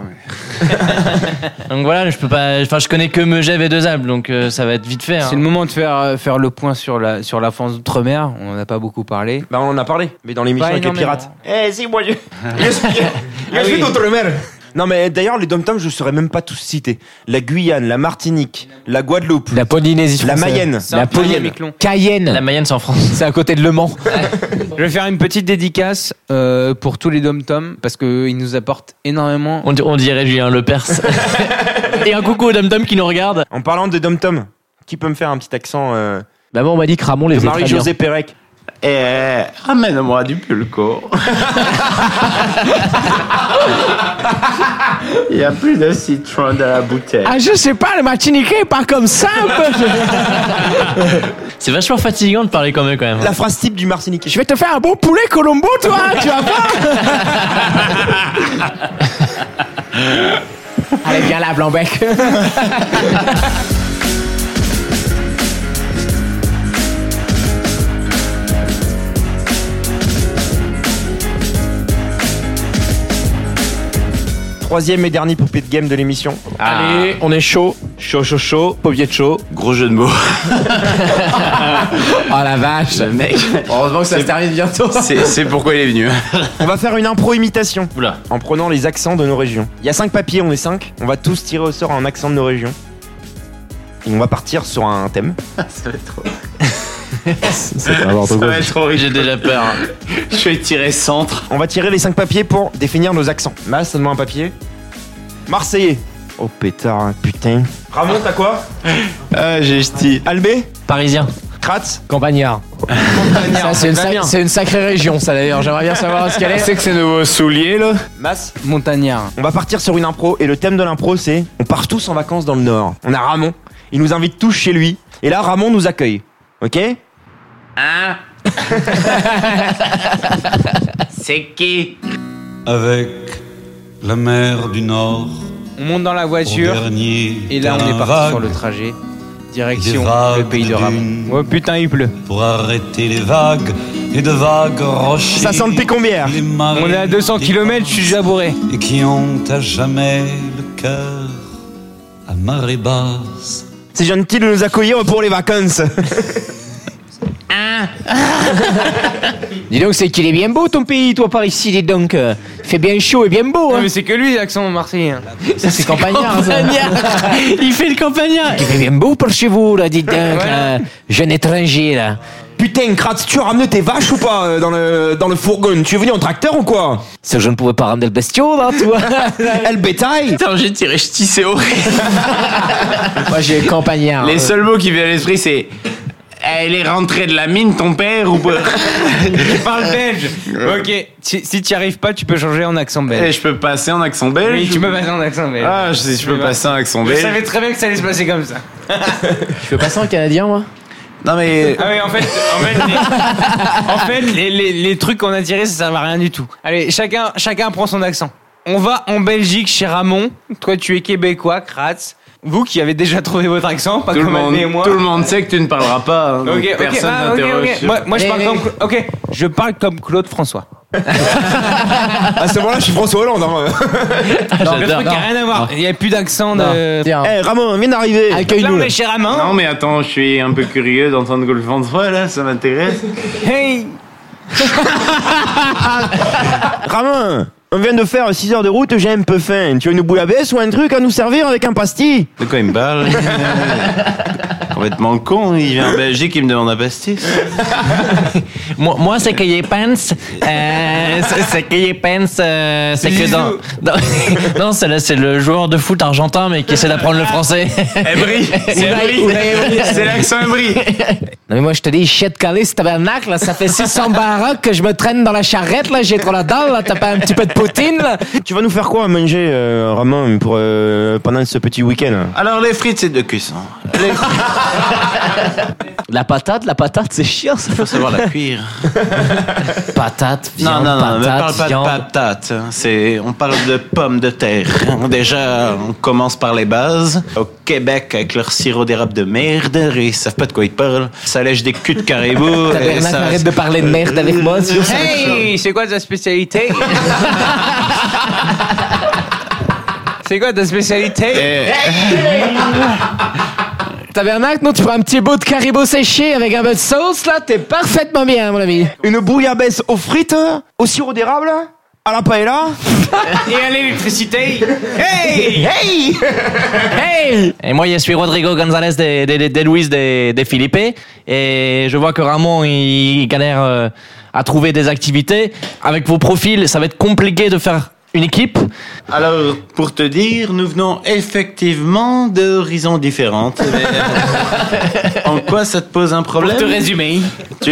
C: mais-
I: Donc voilà, je peux pas. Enfin, je connais que Megève et Deux Alpes, donc euh, ça va être vite fait. hein.
A: C'est le moment de faire, euh, faire le point sur la, sur la France d'outre-mer. On n'en a pas beaucoup parlé.
D: Bah, on en a parlé, mais dans l'émission
A: Pas
D: avec les
A: énormément.
D: pirates. Eh, c'est moi, je. Je *laughs* suis- je suis d'outre-mer. Non, mais d'ailleurs, les dom-toms, je saurais même pas tous cités. La Guyane, la Martinique, la Guadeloupe,
B: La Polynésie
D: la
B: française.
D: Mayenne.
B: La Polynésie.
A: Miquelon.
B: Cayenne.
I: La Mayenne, c'est en France.
B: C'est à côté de Le Mans.
A: Je vais faire une petite dédicace euh, pour tous les dom-toms parce qu'ils nous apportent énormément.
I: On, di- on dirait Julien *laughs* Lepers. et un coucou au Dom Dom qui nous regarde.
D: En parlant de dom-toms, qui peut me faire un petit accent euh,
B: Maman m'a dit que Ramon les
D: de
B: faisait très bien.
D: Marie-Josée Pérec
C: Eh, ramène-moi du pulco. Il n'y a plus de citron dans la bouteille.
B: Ah, je sais pas, le Martiniquais pas comme ça
I: C'est vachement fatigant de parler comme eux quand même.
D: La phrase type du Martinique.
B: vais te faire un bon poulet Colombo, toi, hein, tu vas pas *laughs* Allez, viens là, Blanbec.
D: Troisième et dernier poupée de game de l'émission.
B: Allez, on est chaud.
D: Chaud, chaud, chaud.
B: Pauvier de chaud.
C: Gros jeu de *laughs* mots.
B: Oh la vache.
C: mec,
B: Heureusement que ça se termine bientôt.
C: c'est c'est pourquoi il est venu. hein.
D: On va faire une impro-imitation
I: Oula.
D: en prenant les accents de nos régions. Il y a cinq papiers, on est cinq. On va tous tirer au sort un accent de nos régions. Et on va partir sur un thème.
C: *laughs* Ça va être
D: *laughs*
C: trop,
D: C'est n'importe
C: ça va être trop
I: J'ai
C: horrible.
I: déjà peur.
C: Je vais tirer centre.
D: On va tirer les 5 papiers pour définir nos accents. Mas, ça demande un papier. Marseillais. Oh pétard, hein, putain. Euh, Ramon, t'as quoi
C: Ah, j'ai ch'ti.
D: Albé
I: Parisien.
D: Kratz
B: Campagnard. Ça, C'est une, sac- c'est une sacrée région, ça d'ailleurs. J'aimerais bien savoir ce qu'elle est.
D: que c'est nouveau soulier là Mas
A: Montagnard.
D: On va partir sur une impro et le thème de l'impro c'est On part tous en vacances dans le Nord. On a Ramon. Il nous invite tous chez lui. Et là, Ramon nous accueille. Ok
C: C'est qui
G: Avec la mer du Nord,
A: On monte dans la
G: au
A: voiture
G: dernier
A: et là on est
G: terrain
A: parti
G: vague,
A: sur le trajet. Direction
G: Des vagues
A: le pays de
G: de
A: Ramon.
G: dunes.
A: Oh putain, il pleut.
G: pour arrêter les vagues et de vagues rochers.
D: Ça sent le pécombière.
G: les marées
A: On est à 200
G: Ah des
A: km, je suis déjà bourré.
G: Et qui ont à jamais le cœur à marée basse.
D: C'est gentil de nous accueillir pour les vacances.
B: Dis donc, c'est qu'il est bien beau ton pays, toi, par ici, dis donc. euh, Il fait bien chaud et bien beau,
A: Non,
B: hein.
A: mais c'est que lui l'accent marseillais. hein.
B: Ça, c'est campagnard, ça. *laughs*
I: Il fait le campagnard.
B: Il fait bien beau par chez vous, là, dis donc,
A: Voilà.
B: euh, jeune étranger, là.
D: *laughs* Putain, Kratz, tu as ramené tes vaches ou pas euh, dans le, dans le fourgon Tu es venu en tracteur ou quoi
B: C'est que je ne pouvais pas ramener le bestiau, là, toi. *laughs*
D: Elle bétail
C: Putain, j'ai tiré ch'ti, c'est horrible.
B: Moi, j'ai campagnard.
C: Les seuls mots qui viennent à l'esprit, c'est. Elle est rentrée de la mine, ton père ou pas
A: Tu parles belge. Ok, si, si t'y arrives pas, tu peux changer en accent
C: Eh,
A: belge.
C: Je peux passer en accent
G: Eh,
C: belge
A: Oui, tu peux passer en accent belge.
C: Ah, je, je peux passer en accent
A: Je
C: belge.
A: savais très bien que ça allait se passer comme ça.
B: Je peux passer en canadien, moi
C: Non mais.
A: Ah oui, en fait, en fait, les, en fait, les- les- les trucs qu'on a tirés, ça sert à rien du tout. Allez, chacun, chacun prend son accent. On va en Belgique chez Ramon. Toi, tu es québécois, Kratz. Vous qui avez déjà trouvé votre accent, pas
C: Tout le,
A: comme
C: monde,
A: Adnet et moi.
C: tout le monde sait que tu ne parleras pas. hein, donc
A: Ok, ok,
C: personne
A: ah, ok,
C: n'interroge.
A: ok. Moi, moi, je
B: Mais-
A: parle
B: mais-
A: comme. Cla- Ok, je parle comme Claude François.
D: À ce moment-là, je suis François Hollande. hein.
C: Ah,
A: le
I: J'adore.
A: truc n'a rien à voir. Il n'y a plus d'accent de.
B: Tiens,
D: *laughs* Eh Ramon, viens d'arriver.
A: Là,
B: accueille-nous.
A: on
B: là.
A: est chez Ramon.
C: Non mais attends, je suis un peu curieux d'entendre Golf François là, ça m'intéresse.
A: Hey
D: Ramon, on vient de faire 6 heures de route, j'ai un peu faim. Tu as une boule à baisse ou un truc à nous servir avec un pastis
C: De quoi il me parle
A: *laughs*
C: Complètement con, il vient en Belgique, il me demande un pastis.
I: *laughs* Moi, moi, ce que je pense, euh, ce ce que je pense, euh, c'est que dans, dans- *laughs* non, c'est là, c'est le joueur de foot argentin, mais qui essaie d'apprendre le *laughs* français.
C: Ebri C'est Ebri C'est l'accent Ebri
B: Non, mais moi, je te dis, chète calé, ce tabernacle, là, ça fait 600 baraques que je me traîne dans la charrette, là, j'ai trop la dalle, là, t'as pas un petit peu de poutine là
M: Tu vas nous faire quoi à manger, euh, Romain, pour, euh, pendant ce petit week-end
C: Alors les frites c'est de hein. cuisson.
L: La patate, la patate, c'est chiant ça.
C: Faut savoir la cuire.
L: Patate,
C: Non
L: viande,
C: non non, ne
L: patate,
C: parle pas de
L: viande.
C: patate. hein. C'est on parle de pommes de terre. *laughs* Déjà on commence par les bases. Au Québec avec leur sirop d'érable de merde, ils savent pas de quoi ils parlent. Ça lèche des culs de
L: *laughs*
C: caribou.
B: T'as
C: et
B: Ah, Bernard,
C: ça-
B: arrête de parler de merde avec moi. tu vois.
A: Hey, c'est quoi
M: *laughs*
A: ta spécialité C'est quoi ta spécialité
C: Et-
M: Eh.
B: *laughs* Tabernacle, non, tu prends un petit bout de caribou séché avec un peu de sauce, là, t'es parfaitement bien, mon ami.
M: Une bouillabaisse aux frites, au sirop d'érable, à la paella
A: Et
M: *laughs*
A: à l'électricité
C: Hey hey.
B: Hey
I: Et moi, je suis Rodrigo González de, de, de, de Luis de, de Felipe. Et je vois que Ramon, il galère euh, à trouver des activités. Avec vos profils, ça va être compliqué de faire une équipe.
C: Alors, pour te dire, nous venons effectivement d'horizons
L: *laughs*
C: différents. Mais, euh, en quoi ça te pose un problème
A: Pour te résumer,
C: Tu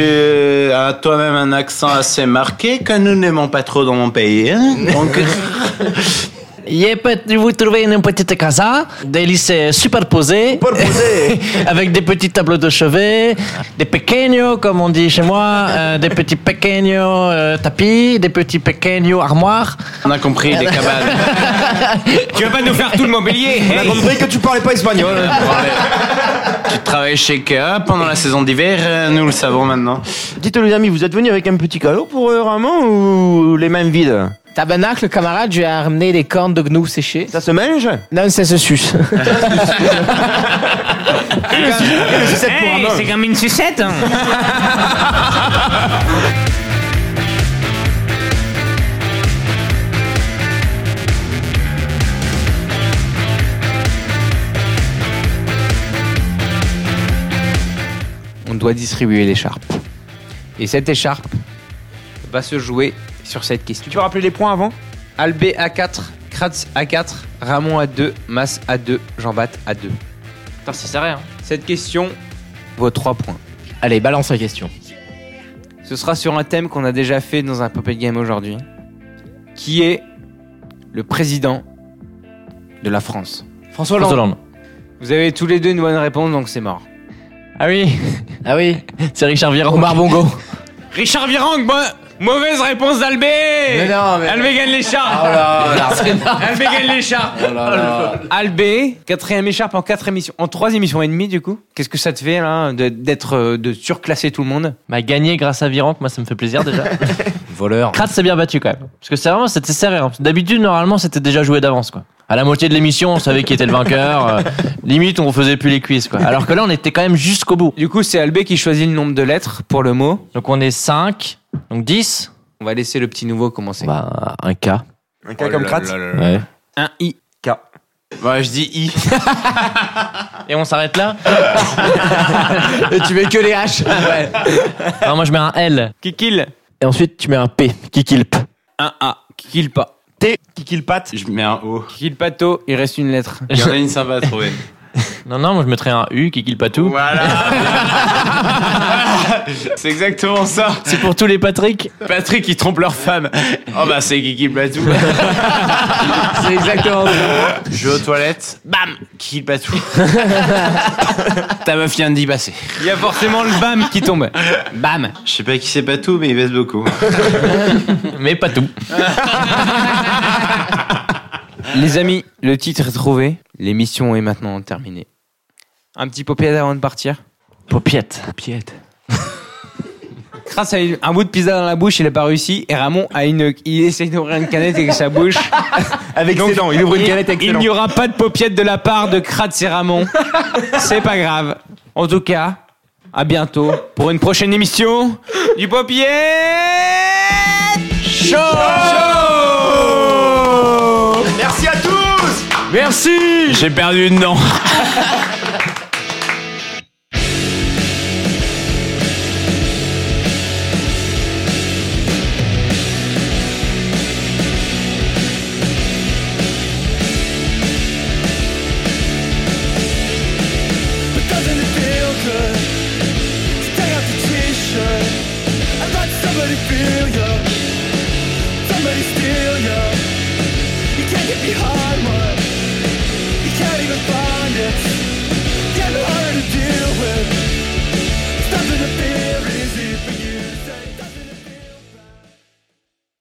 C: as toi-même un accent assez marqué que nous n'aimons pas trop dans mon pays. hein. Donc,
I: Et peut- vous trouvez une petite casa, des lycées superposés, avec des petits tableaux de chevet, des pequeños, comme on dit chez moi, euh, des petits pequeños euh, tapis, des petits pequeños armoires.
C: on a compris des hein, cabanes.
A: tu vas pas nous faire tout le mobilier
M: On a compris que tu parlais pas espagnol. hein. *laughs*
C: Tu travailles chez Ikea pendant la saison d'hiver, euh, nous le savons maintenant.
M: Dites les amis, vous êtes venus avec un petit cadeau pour euh, Ramon ou les mains vides
B: Tabernacle, camarade, je lui ai ramené des cornes de gnou séchées.
M: Ça se mange
B: Non, ça se suce.
A: c'est comme une sucette hein. On doit distribuer l'écharpe. Et cette écharpe va se jouer sur cette question.
M: peux rappeler les points avant
A: Albé A4, Kratz A4, Ramon A2, Mas A2, Jean-Bat A2.
I: Putain, ça sert à rien.
A: Cette question vaut 3 points.
L: *laughs* Allez, balance la question.
A: Ce sera sur un thème qu'on a déjà fait dans un Puppet Game aujourd'hui, qui est le président de la France.
B: François Hollande.
I: François Hollande.
A: Vous avez tous les deux une bonne réponse, donc c'est mort.
I: Ah oui,
B: Ah oui,
I: c'est Richard Virenque.
B: Omar Bongo.
A: Richard Virenque, mauvaise réponse d'Albé
B: non,
A: Albé gagne l'écharpe Albé gagne l'écharpe
B: oh
A: Albé, quatrième écharpe en quatre émissions, en trois émissions et demie du coup. Qu'est-ce que ça te fait là de- d'être euh, de surclasser tout le monde
I: M'a gagné grâce à Virenque, moi ça me fait plaisir *laughs* déjà.
L: Voleur.
I: Kratz s'est bien battu quand même. Parce que c'est vraiment, c'était serré. hein. D'habitude, normalement, c'était déjà joué d'avance, quoi. À la moitié de l'émission, on savait qui était le vainqueur. *laughs* euh, limite, on faisait plus les cuisses, quoi. Alors que là, on était quand même jusqu'au bout.
A: Du coup, c'est Albé qui choisit le nombre de lettres pour le mot.
I: Donc on est 5, donc 10.
A: On va laisser le petit nouveau commencer.
L: Bah, un K.
M: Un cas comme crate
L: Ouais.
A: Un I.
C: Bah, je dis I.
I: Et on s'arrête là
B: *laughs* Et tu mets que les H.
I: Non, moi je mets un L.
A: Kikil.
L: Et ensuite, tu mets un P qui kilp.
A: Un A. Kikil pas.
M: T qui kill pat.
C: Je mets un O.
A: Kikil pato. Il reste une lettre.
C: Il y en a une sympa à trouver.
I: Non, non, moi je mettrais un U qui kill pas
C: *laughs*
I: tout.
C: Voilà. C'est exactement ça.
I: C'est pour tous les Patrick.
C: Patrick, ils trompent leur femme. Oh bah c'est Kiki Platou.
B: *laughs* C'est exactement ça.
C: Je vais aux toilettes. Bam
B: *laughs*
C: Kiki Platou. Ta meuf vient d'y passer.
A: Il y a forcément le bam qui tombe. Bam.
C: Je sais pas qui c'est Patou, mais il baisse beaucoup.
I: Mais pas tout.
A: Les amis, le titre est trouvé. L'émission est maintenant terminée. Un petit popette avant de partir.
I: Popiette.
A: Grâce à une- un bout de pizza dans la bouche, il a pas réussi. Et Ramon a une, il essaye d'ouvrir une canette avec sa bouche.
M: Avec ses dents, il ouvre une canette avec ses
A: Il
M: dents.
A: n'y aura pas de paupiette de la part de Kratz et Ramon. C'est pas grave. En tout cas, à bientôt pour une prochaine émission du Paupiette Show!
M: Merci à tous
A: Merci!
C: J'ai perdu une dent.
H: Somebody steal ya
G: Behold.